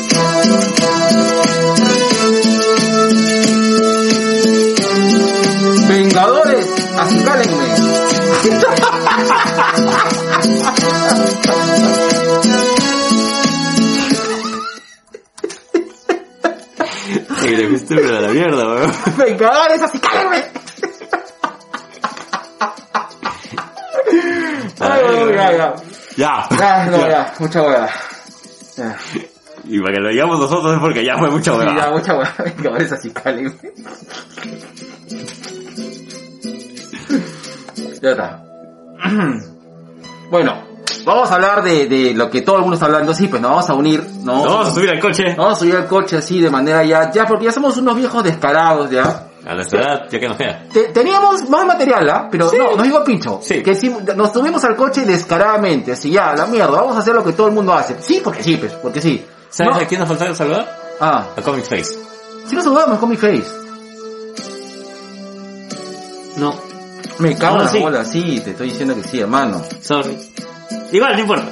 Vengadores, acicálenme. Sí, le fuiste a la mierda, weón. Vengadores, acicálenme. Ay, ay, ay, ay. Ya. Ya, Ah, no, ya, mucha hueá. Ya, Y para que lo digamos nosotros es porque ya fue mucha Sí, ya, huevada. mucha hueá. Venga, ahora es así, Cali. Ya está. Bueno, vamos a hablar de, de lo que todo el mundo está hablando, sí, pues nos vamos a unir, ¿no? Nos vamos a subir al coche. Vamos a subir al coche así de manera ya, ya, porque ya somos unos viejos descarados ya. A nuestra edad, ya que nos queda. Te- teníamos más material, ¿ah? Pero no, nos digo pincho. Sí. Que sí, nos subimos al coche descaradamente, así ya, la mierda, vamos a hacer lo que todo el mundo hace. Sí, porque sí, pues, porque sí. ¿Sabes No. a quién nos faltaba saludar? Ah, A Comic Face. si nos saludamos con mi face. No, Me cago Ah, en la sí. bola, sí, te estoy diciendo que sí, hermano. sorry. Igual, no importa.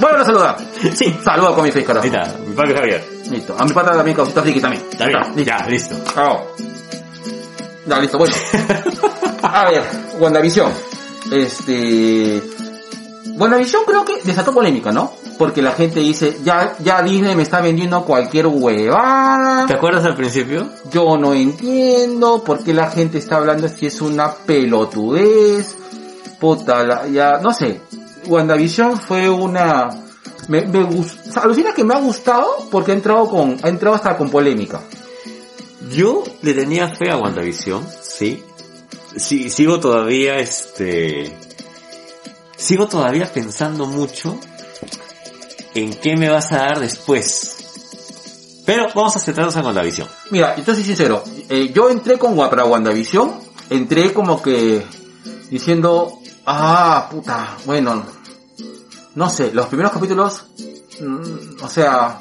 Bueno, a saludar. sí. Saludos con mi face, carajo. Ahí está, mi padre Javier. Listo. A mi pata también, causita friki también. Está bien, ya, listo. Chao. Ya, listo, bueno. A ver, WandaVision. Este. WandaVision creo que desató polémica, ¿no? Porque la gente dice, ya, ya Disney me está vendiendo cualquier ¿Te huevada. acuerdas al principio? Yo no entiendo por qué la gente está hablando si es una pelotudez. Puta, la- ya, no sé. WandaVision fue una. Me, me gust- o sea, alucina que me ha gustado porque ha entrado con, ha entrado hasta con polémica. Yo le tenía fe a WandaVision, sí. Sí, sigo todavía, este... Sigo todavía pensando mucho en qué me vas a dar después. Pero vamos a centrarnos en WandaVision. Mira, yo te soy sincero. eh, yo entré con Wa- para WandaVision, entré como que diciendo, ah, puta, bueno, no sé, los primeros capítulos, mm, o sea,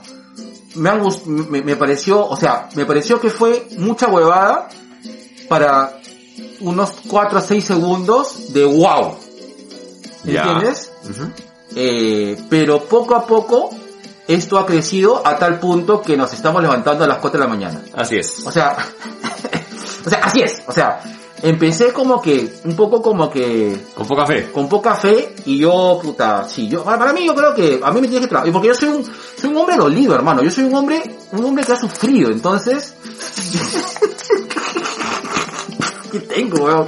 me, han gust- me, me pareció, o sea, me pareció que fue mucha huevada para unos 4 a 6 segundos de wow. Ya. ¿Entiendes? Ujú. Eh, pero poco a poco esto ha crecido a tal punto que nos estamos levantando a las 4 de la mañana. Así es. O sea, o sea, así es. O sea, empecé como que, un poco como que, Con poca fe. con poca fe y yo, puta, sí, yo, para para mí yo creo que a mí me tiene que trabajar, porque yo soy un, soy un hombre dolido, hermano, yo soy un hombre, un hombre que ha sufrido, entonces... ¿Qué tengo, weón?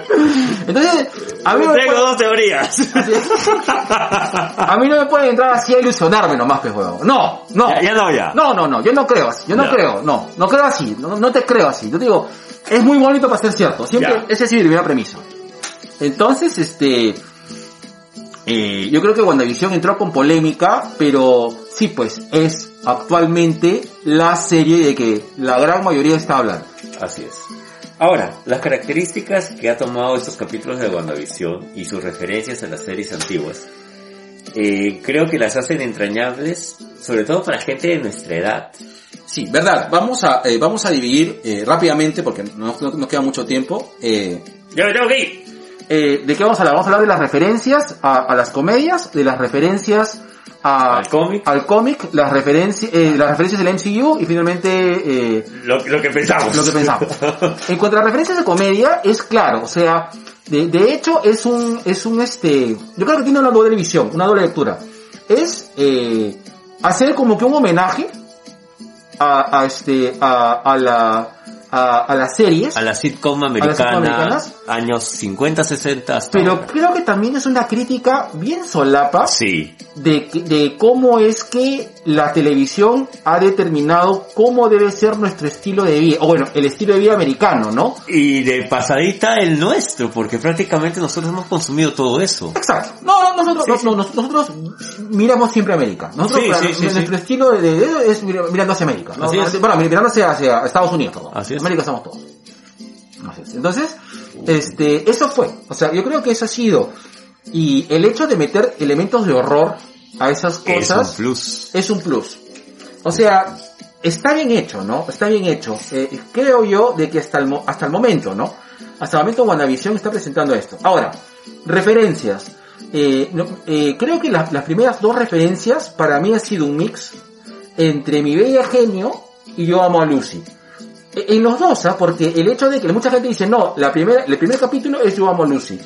Entonces, a mí, no me Tengo puede, dos teorías. a mí no me puede entrar así a ilusionarme nomás, pues, weón. No, no. Ya, ya no, ya. No, no, no, yo no creo así, yo no Ya. creo, no, no creo así, no, no te creo así, yo te digo, es muy bonito para ser cierto, siempre, Ya. esa es mi primera premisa. Entonces, este, eh, yo creo que WandaVision entró con polémica, pero sí, pues, es actualmente la serie de que la gran mayoría está hablando. Así es. Ahora, las características que ha tomado estos capítulos de WandaVision y sus referencias a las series antiguas, eh, creo que las hacen entrañables, sobre todo para gente de nuestra edad. Sí, verdad. Vamos a, eh, vamos a dividir eh, rápidamente porque no no- no queda mucho tiempo. eh, ¡Yo me tengo que ir! Eh, ¿De qué vamos a hablar? Vamos a hablar de las referencias a, a las comedias, de las referencias a, Al cómic. al cómic, las, referencias eh, las referencias del MCU y finalmente... Eh, Lo, lo que pensamos. lo que pensamos. En cuanto a las referencias de comedia, es claro, o sea, de, de hecho es un, es un este, yo creo que tiene una doble visión, una doble lectura. Es eh, hacer como que un homenaje a, a este, a, a la, a, a las series, a la sitcom americana, americanas. años 50, 60, hasta pero ahora. creo que también es una crítica bien solapa Sí, de, que- de cómo es que la televisión ha determinado cómo debe ser nuestro estilo de vida, o bueno, el estilo de vida americano, ¿no? y de pasadita el nuestro, porque prácticamente nosotros hemos consumido todo eso. Exacto. No, no, nosotros, no, no, nosotros miramos siempre a América. Nosotros, Sí, para- sí, sí, nuestro sí. estilo de, de- es mir- mirando hacia América. ¿no? Así es. Bueno, mir- mirando hacia, hacia Estados Unidos. todos. Así es. América somos todos. Así es. Entonces, este, eso fue. O sea, yo creo que eso ha sido. Y el hecho de meter elementos de horror a esas Es cosas un plus. es un plus. O sea, está bien hecho, ¿no? Está bien hecho. Eh, creo yo de que hasta el, mo- hasta el momento, ¿no? Hasta el momento WandaVision está presentando esto. Ahora, referencias. Eh, no- eh, creo que las- las primeras dos referencias para mí ha sido un mix entre mi bella genio y yo amo a Lucy. E- En los dos, ¿ah? porque el hecho de que mucha gente dice, no, la primera, el primer capítulo es yo amo a Lucy.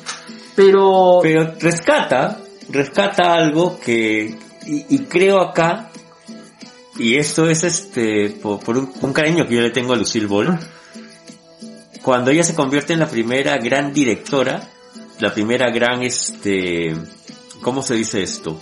Pero... Pero rescata, rescata algo que, y, y creo acá, y esto es este, por, por un, un cariño que yo le tengo a Lucille Ball, cuando ella se convierte en la primera gran directora, la primera gran este, ¿cómo se dice esto?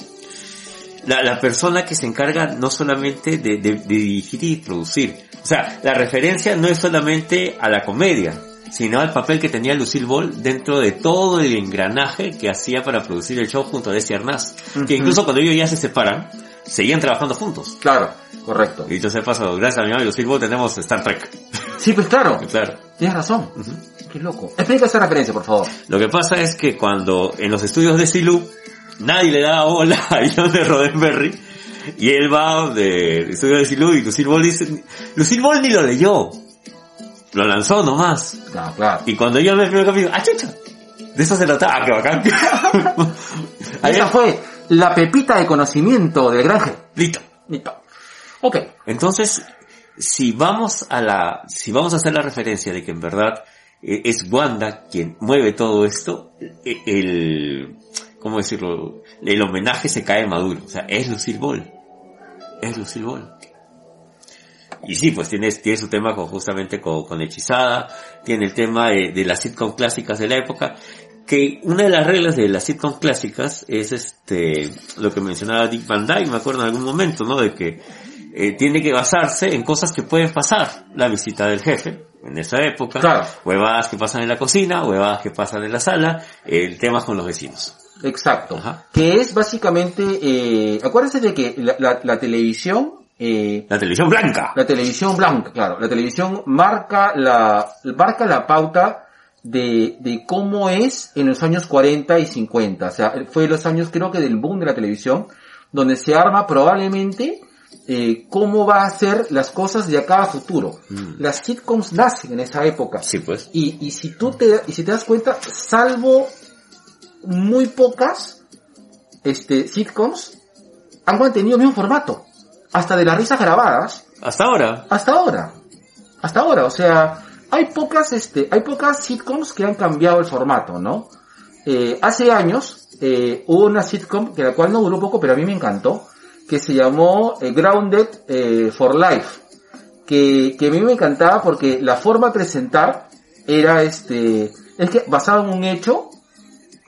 La, la persona que se encarga no solamente de, de- de dirigir y producir. O sea, la referencia no es solamente a la comedia, sino al papel que tenía Lucille Ball dentro de todo el engranaje que hacía para producir el show junto a Desi Arnaz. Que incluso cuando ellos ya se separan, seguían trabajando juntos. Claro, correcto. Y yo se paso, gracias a mi mamá Lucille Ball tenemos Star Trek. Sí, pues claro, Claro. tienes razón. Qué loco. Explica esa referencia, por favor. Lo que pasa es que cuando en los estudios de Silu nadie le daba bola a John de Roddenberry y él va de estudios de Silu y Lucille Ball dice, Lucille Ball ni lo leyó, lo lanzó nomás. Ah, claro. Y cuando ella ve el primer capítulo, ¡ah, chucha! De eso se trataba, ¡ah, qué bacán! Ahí Esa fue la pepita de conocimiento del granje. listo. Ok. Entonces, si vamos a la, si vamos a hacer la referencia de que en verdad eh, es Wanda quien mueve todo esto, eh, el, ¿cómo decirlo? El homenaje se cae maduro. O sea, es Lucille Ball. Es Lucille Ball. Y sí, pues tiene, tiene su tema con, justamente con, con Hechizada, tiene el tema de, de las sitcom clásicas de la época, que una de las reglas de las sitcom clásicas es este, lo que mencionaba Dick Van Dyke, me acuerdo en algún momento, ¿no? De que eh, tiene que basarse en cosas que pueden pasar, la visita del jefe, en esa época, Claro. huevadas que pasan en la cocina, huevadas que pasan en la sala, el tema con los vecinos. Exacto. Ajá. Que es básicamente, eh, acuérdense de que la, la- la televisión, eh, La televisión blanca. la televisión blanca, claro, la televisión marca la, marca la pauta de, de cómo es en los años 40 y 50. O sea, fue los años creo que del boom de la televisión, donde se arma probablemente eh, cómo va a ser las cosas de acá a futuro. Mm. Las sitcoms nacen en esa época. Sí, pues. Y, y si tú te, y si te das cuenta, salvo muy pocas este, sitcoms, han mantenido el mismo formato. Hasta de las risas grabadas, Hasta ahora. hasta ahora. Hasta ahora, o sea, hay pocas, este, hay pocas sitcoms que han cambiado el formato, ¿no? Eh, hace años, eh, hubo una sitcom, que la cual no duró poco, pero a mí me encantó, que se llamó eh, Grounded eh, for Life, que, que a mí me encantaba porque la forma de presentar era este, es que basado en un hecho,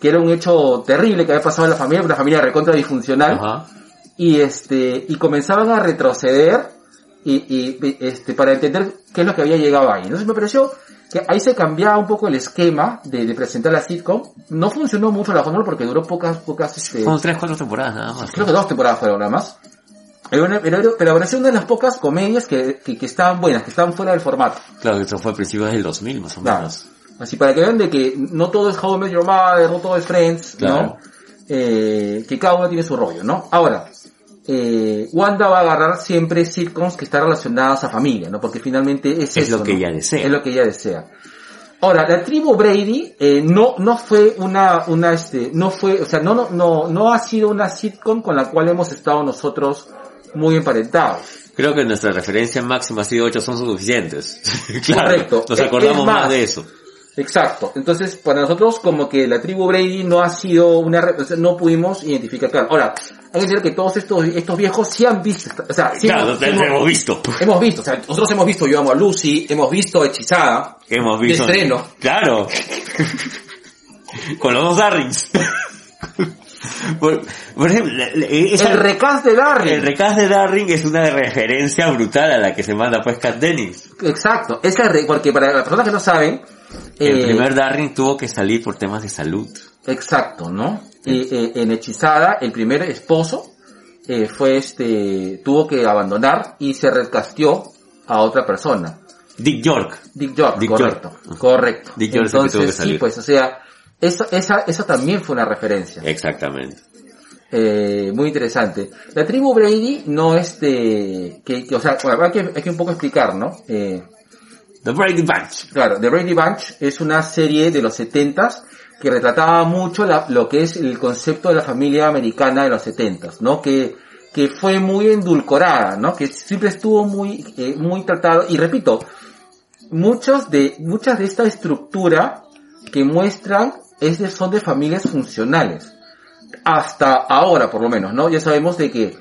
que era un hecho terrible que había pasado en la familia, una familia recontra disfuncional, Ajá. y este y comenzaban a retroceder y, y, y, este para entender qué es lo que había llegado ahí entonces me pareció que ahí se cambiaba un poco el esquema de, de presentar la sitcom no funcionó mucho la fórmula porque duró pocas pocas este, Fueron tres, cuatro temporadas nada más. creo que dos temporadas fueron nada más Era una- era- pero pareció una de las pocas comedias que, que, que estaban buenas que estaban fuera del formato Claro, eso fue a principios del 2000 más o Claro. menos. Así para que vean de que no todo es How I Met Your Mother, no todo es Friends, Claro. ¿no? Eh, que cada uno tiene su rollo, ¿no? Ahora, eh, Wanda va a agarrar siempre sitcoms que están relacionadas a familia, ¿no? Porque finalmente es, Es lo eso, que ¿no? ella desea. Es lo que ella desea. Ahora, la tribu Brady eh, no no fue una una este no fue o sea no no no no ha sido una sitcom con la cual hemos estado nosotros muy emparentados. Creo que nuestra referencia máxima ha sido 8 son suficientes. claro. Correcto. Nos Es- acordamos es más. más. de eso. Exacto. Entonces, para nosotros, como que la tribu Brady no ha sido una, re- o sea, no pudimos identificar. Claro, ahora, hay que decir que todos estos, estos viejos sí han visto, o sea, sí claro, hemos, lo hemos- hemos visto. hemos visto, o sea, nosotros hemos visto Yo Amo a Lucy, hemos visto Hechizada, Hemos visto. estreno. Claro. Con los dos Darrings. por, por ejemplo, la- la- esa- el recast de Darryl. el recast de Darring es una referencia brutal a la que se manda pues Cat Dennis. Exacto, ese re- porque para las personas que no saben, El eh, primer Darring tuvo que salir por temas de salud. Exacto, ¿no? Eh, eh, en Hechizada, el primer esposo eh, fue este, tuvo que abandonar y se recasteó a otra persona. Dick York. Dick York, Dick correcto, York. correcto. Dick York es el que Entonces, tuvo que sí, salir. pues, o sea, eso, esa, eso también fue una referencia. Exactamente. Eh, muy interesante. La tribu Brady no este, que, que, o sea, bueno, hay que, hay que un poco explicar, ¿no? Eh, The Brady Bunch. Claro, The Brady Bunch es una serie de los 70s que retrataba mucho la- lo que es el concepto de la familia americana de los 70s, ¿no? Que, que fue muy endulcorada, ¿no? Que siempre estuvo muy, eh, muy tratado, y repito, muchos de, muchas de esta estructura que muestran es de, son de familias funcionales. Hasta ahora, por lo menos, ¿no? Ya sabemos de que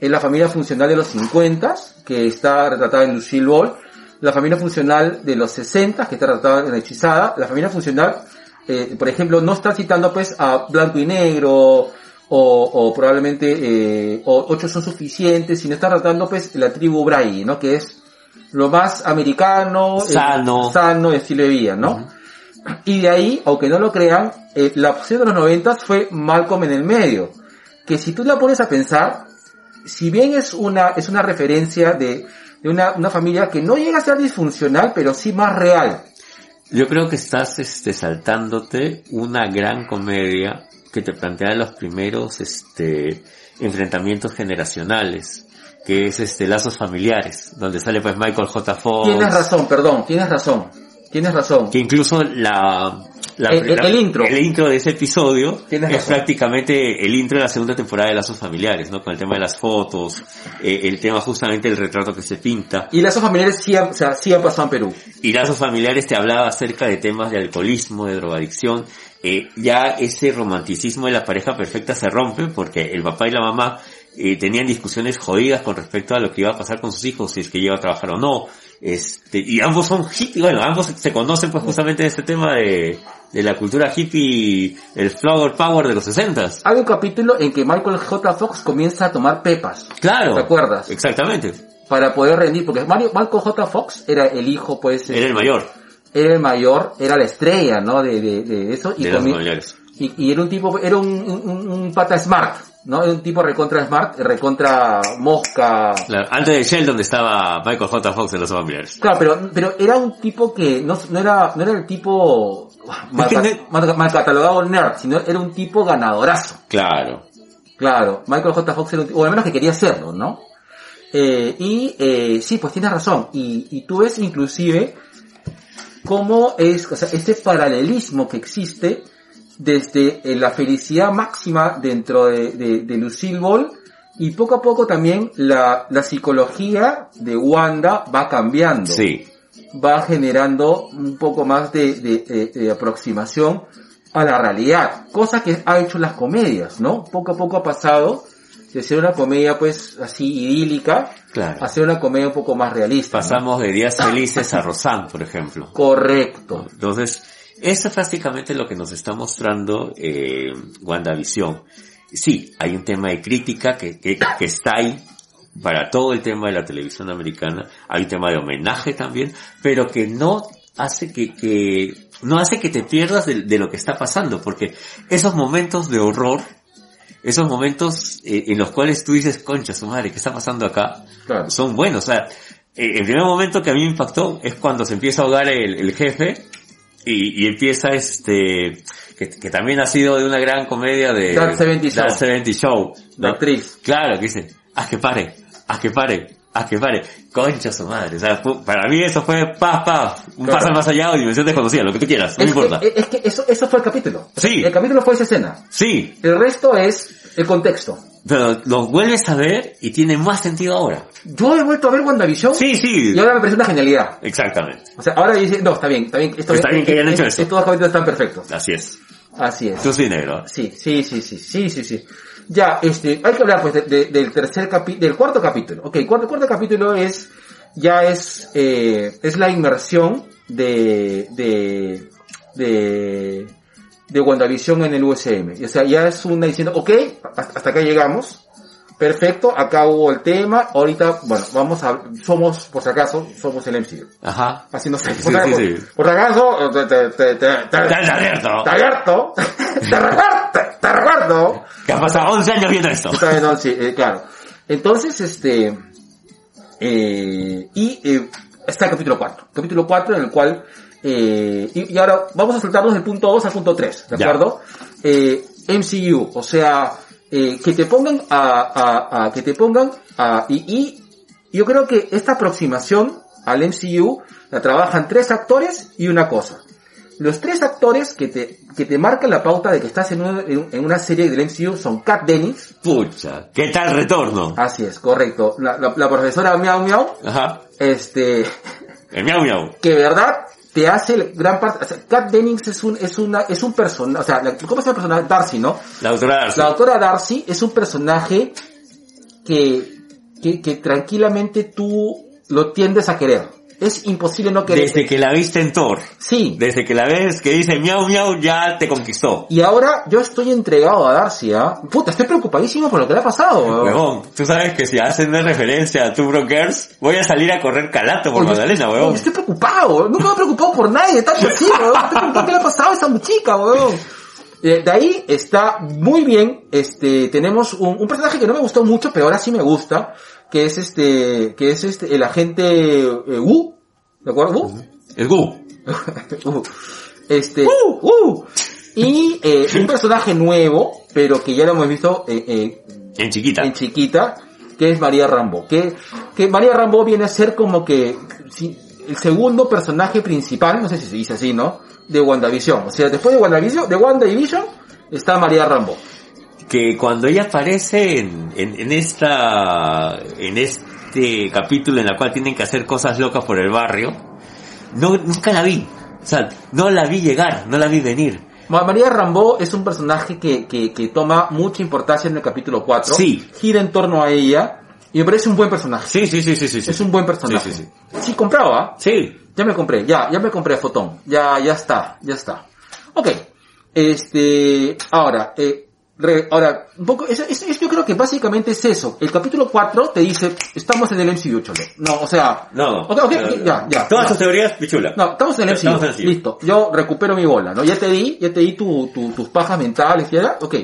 es la familia funcional de los 50, que está retratada en Lucille Ball, la familia funcional de los 60, que está retratada en Hechizada, la familia funcional, eh, por ejemplo, no está citando pues a Blanco y Negro, o, o probablemente, eh, o Ocho son suficientes, sino está tratando pues la tribu Bray, ¿no? Que es lo más americano, eh, Sano. sano de estilo de vida, ¿no? Y de ahí, aunque no lo crean, eh, la opción de los noventas fue Malcolm en el medio. Que si tú la pones a pensar, si bien es una, es una referencia de, de una, una familia que no llega a ser disfuncional, pero sí más real. Yo creo que estás este, saltándote una gran comedia que te plantea los primeros este, enfrentamientos generacionales, que es este Lazos Familiares, donde sale pues Michael J. Fox, Tienes razón, perdón, tienes razón. Tienes razón. que incluso la, la- El- el- la- el intro. el intro de ese episodio Tienes es razón. prácticamente el intro de la segunda temporada de Lazos Familiares, ¿no? Con el tema de las fotos, eh, el tema justamente del retrato que se pinta. Y lazos familiares sí han, o sea, sí han pasado en Perú. Y Lazos Familiares te hablaba acerca de temas de alcoholismo, de drogadicción. Eh, ya ese romanticismo de la pareja perfecta se rompe porque el papá y la mamá eh, tenían discusiones jodidas con respecto a lo que iba a pasar con sus hijos, si es que iba a trabajar o no. Este, y ambos son hippies, bueno, ambos se conocen pues justamente de este tema de, de la cultura hippie, el flower power de los sesentas. Hay un capítulo en que Michael J. Fox comienza a tomar pepas Claro. ¿Te acuerdas? Exactamente. para poder rendir, porque Mario, Michael J. Fox era el hijo, pues, eh, Era el mayor era el mayor, era la estrella, ¿no? De, de, de eso. Y, de los comi- familiares. y, y era un tipo, era un, un, un- un pata smart, ¿no? Era un tipo recontra smart, recontra mosca. Claro, Antes de Shell donde estaba Michael J. Fox de los familiares. Claro, pero, pero era un tipo que no, no era, no era el tipo mal, Es que ca- mal- mal catalogado nerd, sino era un tipo ganadorazo. Claro. Claro, Michael J. Fox era un tipo, o al menos que quería serlo, ¿no? Eh, y eh, sí, pues tienes razón. Y, y tú ves inclusive cómo es, o sea, este paralelismo que existe desde eh, la felicidad máxima dentro de, de, de Lucille Ball y poco a poco también la, la psicología de Wanda va cambiando Sí. va generando un poco más de, de- de- de aproximación a la realidad, cosa que ha hecho las comedias, ¿no? Poco a poco ha pasado de ser una comedia pues así idílica Claro. a ser una comedia un poco más realista. ¿no? Pasamos de días felices a Rosanne, por ejemplo. Correcto. Entonces, eso es prácticamente lo que nos está mostrando eh, WandaVision. Sí, hay un tema de crítica que, que, que está ahí para todo el tema de la televisión americana. Hay un tema de homenaje también, pero que no hace que, que no hace que te pierdas de, de lo que está pasando, porque esos momentos de horror, esos momentos eh, en los cuales tú dices, concha, su madre, ¿qué está pasando acá? Claro. son buenos. O sea, eh, el primer momento que a mí me impactó es cuando se empieza a ahogar el, el jefe y, y empieza este, que, que también ha sido de una gran comedia de That 70 Show. That 70 Show, La ¿no? actriz. Claro, que dice, haz que pare, haz que pare, haz que pare. Concha su madre. O sea, fu- para mí eso fue paf, paf, un Claro. paso más allá o dimensión desconocida, lo que tú quieras, no es, importa. Que, eh, es que eso, eso fue el capítulo. Sí. El capítulo fue esa escena. sí, El resto es el contexto. pero lo vuelves a ver y tiene más sentido ahora. Yo he vuelto a ver WandaVision Sí, sí, y ahora me parece una genialidad. exactamente. O sea, ahora dice, no, está bien, está bien. Esto, Está bien que hayan hecho eso. Estos dos capítulos están perfectos. Así es. Así es. Tú sí, negro. Sí, sí, sí, sí, sí, sí, sí. Ya, este, hay que hablar pues de- de- del tercer capi del cuarto capítulo. Ok, el cuarto, cuarto capítulo es, ya es, eh, es la inmersión de, de, de, de WandaVision en el USM. O sea, ya es una diciendo, ok, hasta, hasta acá llegamos. Perfecto, acá hubo el tema, ahorita, bueno, vamos a, somos, por si acaso, somos el MCU. Ajá. Así no sé, Sí, por, si sí, acaso- sí. por si acaso, te, te, te, te- te- ¡Estás abierto! te recuerdo, te recuerdo, te recuerdo. Que ha pasado 11 años viendo esto. Está bien, no, sí, eh, claro. Entonces, este, eh, y eh, está el capítulo 4. Capítulo 4 en el cual, eh, y, y ahora vamos a saltarnos del punto 2 al punto 3, ¿de Ya. acuerdo? Eh, MCU, o sea, eh, que te pongan a, a, a- que te pongan a, y, y yo creo que esta aproximación al MCU la trabajan tres actores y una cosa. Los tres actores que te, que te marcan la pauta de que estás en, un- en- en una serie del MCU son Kat Dennis, Pucha, ¿qué tal retorno? así es, correcto, la, la- la profesora Miau Miau, Ajá. este, El miau miau. que de verdad te hace el gran parte, o sea, Kat Dennings es un, es una, es un personaje, o sea, la- ¿cómo se llama el personaje? Darcy, ¿no? La doctora Darcy. La doctora Darcy es un personaje que, que, que tranquilamente tú lo tiendes a querer. Es imposible no querer. Desde que la viste en Thor. Sí. Desde que la ves que dice miau miau ya te conquistó. Y ahora yo estoy entregado a Darcy, ¿ah? Puta, estoy preocupadísimo por lo que le ha pasado, weón. Huevón, tú sabes que si hacen una referencia a Two Broke Girls, voy a salir a correr calato por Oye, Magdalena, estoy- huevón. Estoy preocupado, weón. nunca me he preocupado por nadie, tanto así, weón. Estoy preocupado qué le ha pasado a esa muchica, weón. Eh, de ahí está muy bien, este, tenemos un, un personaje que no me gustó mucho, pero ahora sí me gusta, que es este, que es este, el agente eh, Wu, ¿de acuerdo? Wu. El Gu. Uh, este, uh, y eh, un personaje nuevo, pero que ya lo hemos visto eh, eh, En chiquita. en chiquita, que es María Rambo. Que, que María Rambo viene a ser como que si- el segundo personaje principal, no sé si se dice así, ¿no? De WandaVision. O sea, después de WandaVision, de WandaVision está María Rambo. que cuando ella aparece en, en, en esta en este capítulo en la cual tienen que hacer cosas locas por el barrio no nunca la vi o sea no la vi llegar no la vi venir Ma- María Rambo es un personaje que, que, que toma mucha importancia en el capítulo 4. Sí. Gira en torno a ella. Y me parece un buen personaje. sí sí sí sí sí sí Es un buen personaje. sí sí sí compraba. sí, Ya me compré, ya, ya me compré Fotón. Ya, ya está, ya está. Ok. Este, ahora, eh, re- ahora, un poco, es- es- es- yo creo que básicamente es eso. El capítulo 4 te dice, estamos en el MCU, cholo. No, o sea, no no Ok, ok, No, ya, ya. todas Ya. sus teorías pichula no, estamos en el MCU. Estamos en el MCU. Listo, yo recupero mi bola, ¿no? Ya te di, ya te di tu, tu- tus pajas mentales, ¿ya? Ok,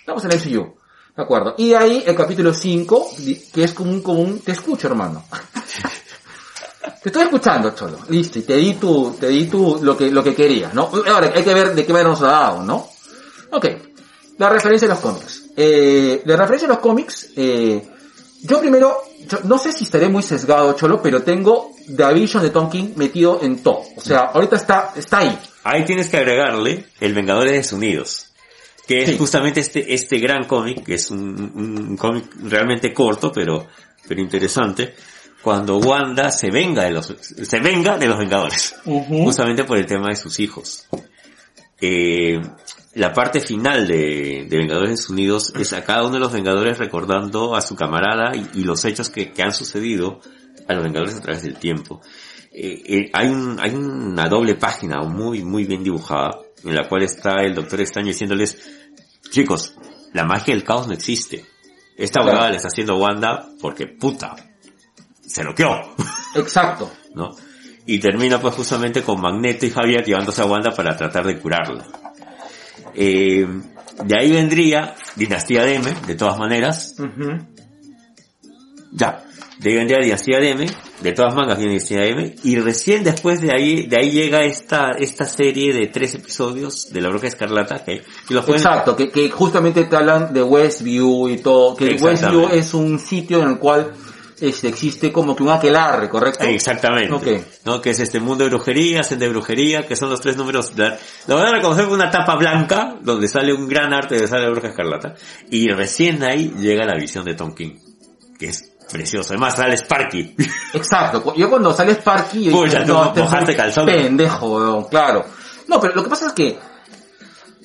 estamos en el MCU. De acuerdo. Y ahí el capítulo 5, que es como un, como un, te escucho, hermano. Te estoy escuchando, Cholo. Listo, y te di tu, te di tu, lo que, lo que querías, ¿no? Ahora, hay que ver de qué manera nos ha dado, ¿no? Ok. La referencia a los cómics. Eh, la referencia a los cómics, eh, yo primero, yo no sé si estaré muy sesgado, Cholo, pero tengo The Vision de Tom King metido en todo. O sea, ahorita está, está ahí. ahí tienes que agregarle el Vengadores Desunidos que es Sí. justamente este este gran cómic que es un, un cómic realmente corto pero pero interesante cuando Wanda se venga de los se venga de los Vengadores Pues, justamente por el tema de sus hijos Eh, la parte final de, de Vengadores Unidos es a cada uno de los Vengadores recordando a su camarada y, y los hechos que, que han sucedido a los Vengadores a través del tiempo eh, eh, hay, un- hay una doble página muy, muy bien dibujada en la cual está el Doctor Extraño diciéndoles, chicos, la magia del caos no existe. Esta Claro. huevada le está haciendo Wanda porque puta, se lo quedó, Exacto. ¿no? Y termina pues justamente con Magneto y Javier llevándose a Wanda para tratar de curarla. Eh, de ahí vendría Dinastía de M, de todas maneras, Ujú. ya, de ahí vendría Dinastía de M, de todas mangas viene Dinastía de M, y recién después de ahí, de ahí llega esta, esta serie de tres episodios de La Broca Escarlata, que, que los pueden- Exacto, que, que justamente te hablan de Westview y todo, que Exactamente. Westview es un sitio en el cual este, existe como que un aquelarre, ¿correcto? Exactamente. Ok. ¿No? Que es este mundo de brujería, Senda de brujería, que son los tres números. La, la van a reconocer con una tapa blanca, donde sale un gran arte de sale la bruja escarlata. Y recién ahí llega la visión de Tom King, que es precioso. Además sale Sparky. Exacto. cu- Yo cuando sale Sparky... yo Pucha, digo, tú este es mojaste un calzón". Pendejo, weón, claro. No, pero lo que pasa es que...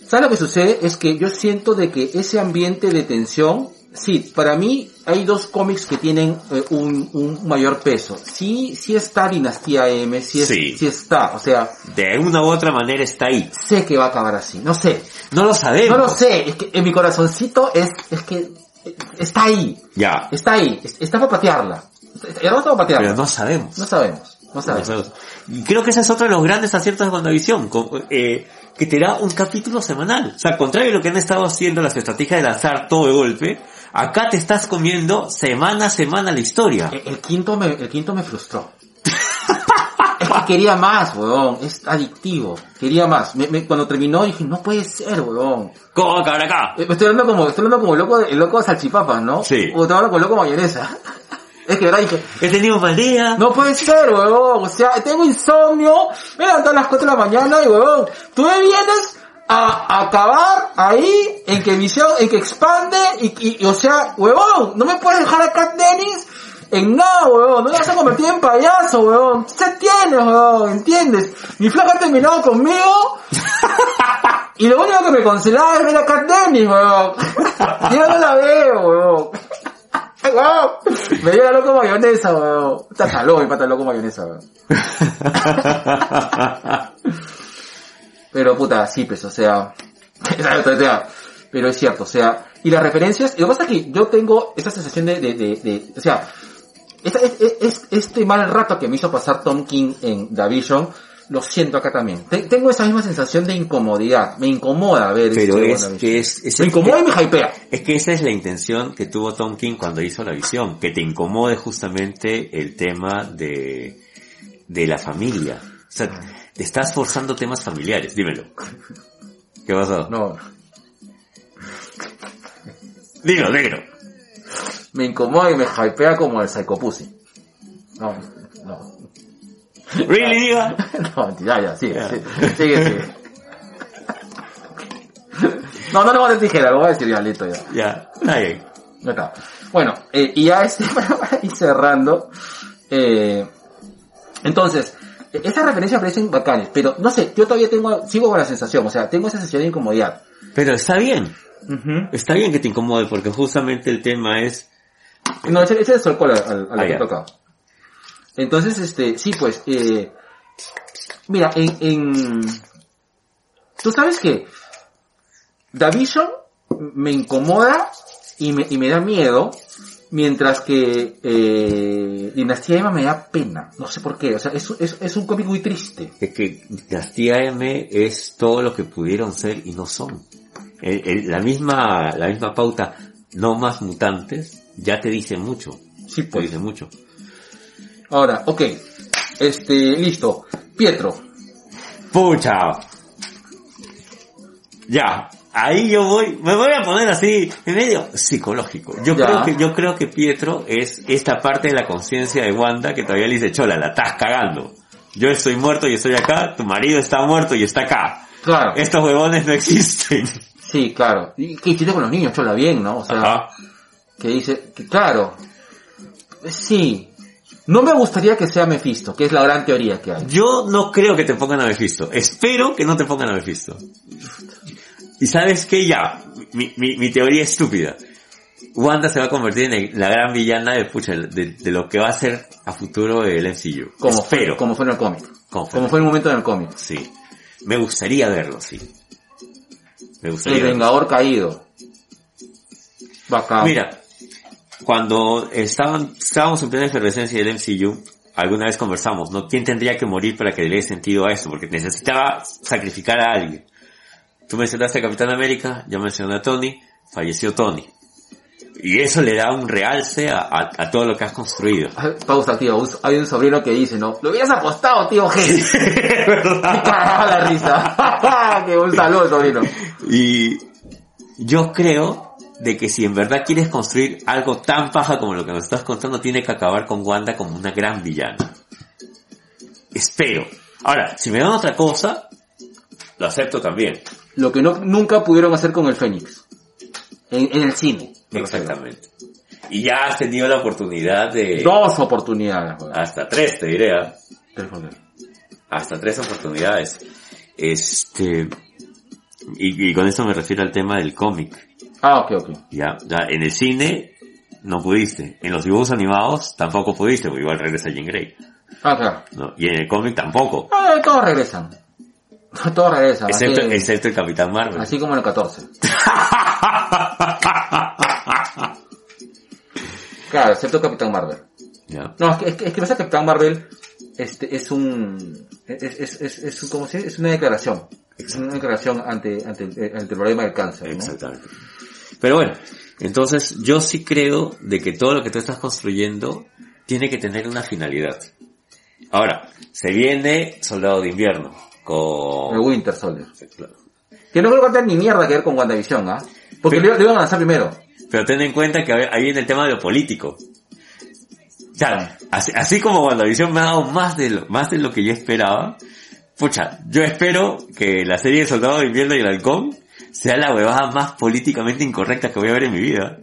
¿Sabes lo que sucede? Es que yo siento de que ese ambiente de tensión... Sí, para mí hay dos cómics que tienen eh, un, un mayor peso. Sí, sí está Dinastía M, sí, es- Sí. sí está. O sea, De una u otra manera está ahí. sé que va a acabar así. No sé, No lo sabemos. No lo sé, es que en mi corazoncito es, es que eh, está ahí, Ya. está ahí, es- está para patearla. Está- está- Está para Pero patearla. no sabemos. No sabemos, no No sabemos. sabemos. Y creo que ese es otro de los grandes aciertos de WandaVision, con- eh, que te da un capítulo semanal. O sea, contrario a lo que han estado haciendo las estrategias de lanzar todo de golpe, acá te estás comiendo semana a semana la historia. El, el quinto me, el quinto me frustró. es que quería más, weón, es adictivo, quería más. Me- me- cuando terminó dije, no puede ser, weón. ¿Cómo acabar acá? Eh, Estoy hablando como, estoy hablando como loco, de- el loco de salchipapas, ¿no? Sí. O te hablo como loco mayonesa. es que, de verdad, dije, He tenido mal día. No puede ser, huevón. O sea, tengo insomnio. Me levanté a las 4 de la mañana y, huevón, tú me vienes a acabar ahí en que visión, en que expande y, y- y, o sea, huevón, no me puedes dejar a Cat Dennis en nada, huevón. No me vas a convertir en payaso, huevón. Se tienes, huevón, ¿entiendes? Mi flaca ha terminado conmigo. Y lo único que me consolaba es ver a Cat Dennis, huevón. Yo no la veo, huevón. Huevón. Me dio la loco mayonesa, weón. Está salón, mi pata loco mayonesa, weón. Pero puta, sí, pues, o sea, o sea, pero es cierto, o sea, y las referencias, lo que pasa es que yo tengo esa sensación de, de, de, de- o sea, esta- es- es- es- este mal rato que me hizo pasar Tom King en Davision, lo siento acá también. Te- tengo esa misma sensación de incomodidad, me incomoda ver Pero este es WandaVision. que es, es Me incomoda y me hypea. Es que esa es la intención que tuvo Tom King cuando hizo la visión, que te incomode justamente el tema de, de la familia. O sea, te estás forzando temas familiares, dímelo. ¿Qué pasó? No, Dilo, negro. me incomoda y me hypea como el Psycho Pussy. No, no, ¿Really, diga? No, mentira, ya, sigue, sigue, sigue, sigue. No, no lo voy a decir tijera, lo voy a decir ya, listo ya. Ya, está bien. Ya está. Bueno, eh, y ya este, para ir cerrando, eh, entonces, eh, esas referencias parecen bacanes, pero no sé, yo todavía tengo, sigo con la sensación, o sea, tengo esa sensación de incomodidad. Pero está bien, está bien que te incomode porque justamente el tema es... No, ese, ese es el cual al, al Ah, que ya. toca. Entonces, este, sí, pues, eh, mira, en, en, tú sabes que Davision me incomoda y me, y me da miedo, mientras que eh, Dinastía Emma me da pena, no sé por qué, o sea, es, es, es un cómic muy triste. Es que Dinastía M es todo lo que pudieron ser y no son. El- el- la misma, la misma pauta, no más mutantes, ya te dice mucho. Sí, Te pues. dice mucho. Ahora, ok, este, listo. Pietro, Pucha. Ya. Ahí yo voy, me voy a poner así, en medio psicológico. Yo Ya. creo que, yo creo que Pietro es esta parte de la conciencia de Wanda que todavía le dice, chola, la estás cagando. Yo estoy muerto y estoy acá, tu marido está muerto y está acá. claro, Estos huevones no existen. sí, claro. ¿Y qué hiciste con los niños? Chola bien, ¿no? O sea, Ajá. que dice, que claro, sí, no me gustaría que sea Mephisto, que es la gran teoría que hay. Yo no creo que te pongan a Mephisto. Espero que no te pongan a Mephisto. Y sabes que ya, mi, mi- mi teoría estúpida. Wanda se va a convertir en el- la gran villana de, pucha, de, de lo que va a ser a futuro el MCU. Como Espero. fue, como fue en el cómic. Como fue. Como fue el momento en el cómic. Sí. Me gustaría verlo, sí. Me gustaría El verlo. Vengador caído. Bacán. Mira, cuando estaban, estábamos en plena efervescencia del MCU, alguna vez conversamos, ¿no? ¿Quién tendría que morir para que le dé sentido a esto? Porque necesitaba sacrificar a alguien. Tú mencionaste a Capitán América, yo mencioné a Tony, falleció Tony. Y eso le da un realce a, a- a todo lo que has construido. Ay, Pausa, tío. us- Hay un sobrino que dice, ¿no? Lo hubieras apostado, tío G. ¿Verdad? Cagaba la risa. que un saludo, sobrino. Y yo creo de que si en verdad quieres construir algo tan paja como lo que nos estás contando, tiene que acabar con Wanda como una gran villana. Espero. Ahora, si me dan otra cosa, lo acepto también. Lo que no, nunca pudieron hacer con el Fénix. En, en el cine. me refiero. Exactamente. Y ya has tenido la oportunidad de... Dos oportunidades, weón. Hasta tres, te diré. ¿ah? Tres oportunidades. Hasta tres oportunidades. Este... Y, y con eso me refiero al tema del cómic. Ah, ok, ok. Ya, ya, en el cine no pudiste. En los dibujos animados tampoco pudiste, porque igual regresa Jean Grey. Ah, claro. ¿no? Y en el cómic tampoco. Ah, todos regresan. Todos regresan. Excepto, así, excepto el Capitán Marvel. así como en el 14. Claro, excepto Capitán Marvel. Ya. No, es que, es que, es que pasa que Capitán Marvel este, es un... Es, es, es, es, un- ¿cómo se dice? es una declaración. Es una declaración ante, ante, el, eh, ante el problema del cáncer. ¿no? Exactamente. Pero bueno, entonces yo sí creo de que todo lo que tú estás construyendo tiene que tener una finalidad. Ahora, se viene Soldado de Invierno El con... Winter Soldier. Que no creo que tenga ni mierda que ver con WandaVision, ¿ah? Porque Pero- lo, lo iban a lanzar primero. Pero ten en cuenta que a ver, ahí viene el tema de lo político. O sea, así, así como WandaVision me ha dado más de lo, más de lo que yo esperaba, pucha, yo espero que la serie de Soldado de Invierno y el Halcón sea la huevada más políticamente incorrecta que voy a ver en mi vida.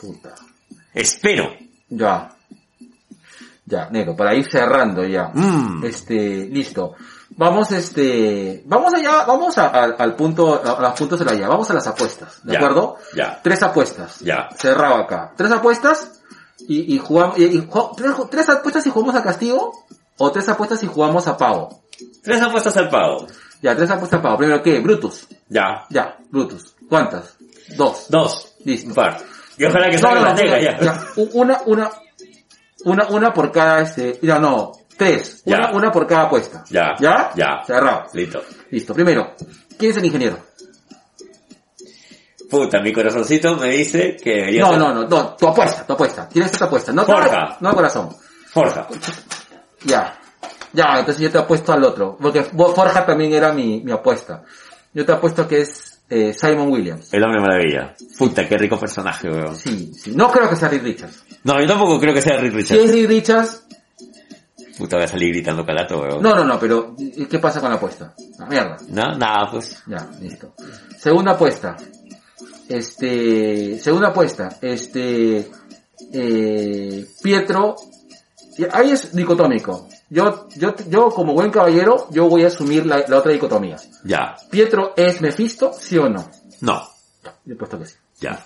Puta. Espero. Ya. Ya, negro, para ir cerrando ya. Mm. Este, listo. Vamos, este, vamos allá, vamos a- a- al punto, a, a los puntos de la ya. Vamos a las apuestas, ¿de Ya, acuerdo? ya. Tres apuestas. Ya. Cerrado acá. Tres apuestas Y, y jugamos, y- y jugamos- tres, tres apuestas y jugamos a castigo, o tres apuestas y jugamos a pago. Tres apuestas al pago. Ya, tres apuestas a pago. Primero, ¿qué? Brutus. Ya. Ya, Brutus. ¿Cuántas? Dos. Dos. Listo. Par. Y ojalá que No, salga no, la negra ya, ya. ya. U- Una, una, una, una por cada este, ya no, tres. Ya. Una, una por cada apuesta. Ya. ¿Ya? Ya. Cerrado. Listo. Listo. Primero, ¿quién es el ingeniero? Puta, mi corazoncito me dice que debería No, ser no, no, no, tu apuesta, tu apuesta. Tienes esta apuesta. No, Forja. no, corazón. Forja. Ya. Ya, entonces yo te apuesto al otro. Porque Bo- Forja también era mi, mi apuesta. Yo te apuesto que es eh, Simon Williams. El hombre maravilla. Puta, qué rico personaje, weón. Sí, sí. No creo que sea Rick Richards. No, yo tampoco creo que sea Rick Si Richards. es Rick Richards, Puta, voy a salir gritando calato, weón. no, no, no, pero ¿y ¿qué pasa con la apuesta? La mierda. No, nada, pues. Ya, listo. Segunda apuesta. Este, segunda apuesta. Este, eh, Pietro. y Ahí es dicotómico. Yo, yo, yo como buen caballero, yo voy a asumir la, la otra dicotomía. Ya. Pietro es Mefisto, sí o no. No. Yo he puesto que sí. Ya.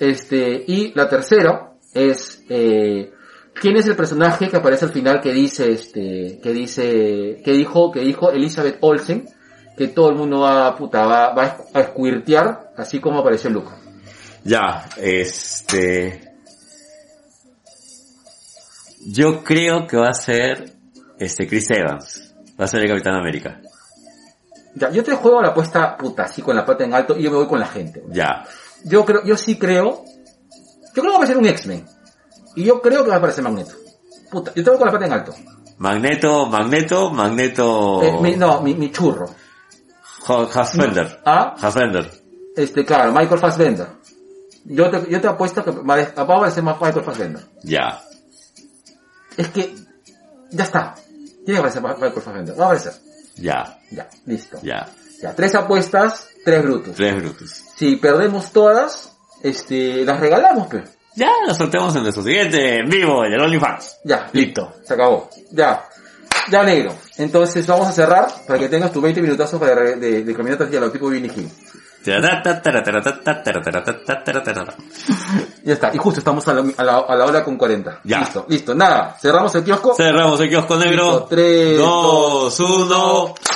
Este, y la tercera es, eh, ¿quién es el personaje que aparece al final que dice, este, que dice, que dijo, que dijo Elizabeth Olsen, que todo el mundo va, puta, va, va a escuirtear, así como apareció Luca? Ya. Este... Yo creo que va a ser, este, Chris Evans. Va a ser el Capitán América. Ya, yo te juego la apuesta, puta, así con la pata en alto y yo me voy con la gente. Ya. Yo creo, yo sí creo, yo creo que va a ser un X-Men. Y yo creo que va a aparecer Magneto. Puta, yo te voy con la pata en alto. Magneto, Magneto, Magneto... Eh, mi- no, mi, mi churro. Ha- Fassbender. ¿Ah? Fassbender. Este, claro, Michael Fassbender. Yo te, yo te apuesto que va a va a aparecer más Michael Fassbender. Ya. Es que, ya está. Tiene que aparecer Ma- Michael Fassbender. Va a aparecer. Ya. Ya, listo. Ya, Ya. tres apuestas, tres brutos. Tres brutos. Si perdemos todas, este, las regalamos, pero. Ya, lo sorteamos en nuestro siguiente en vivo, en el OnlyFans. Ya, Listo. se acabó. Ya. Ya, negro. Entonces vamos a cerrar para que tengas tus 20 minutazos para re- de, de caminatas y a lo tipo Vinny Hill. Taratá, taratá, taratá, taratá, taratá. Ya está. Y justo estamos a la, a la, a la hora con 40. Ya. Listo, listo. Nada. Cerramos el kiosco. Cerramos el kiosco negro. Listo, tres, dos, uno.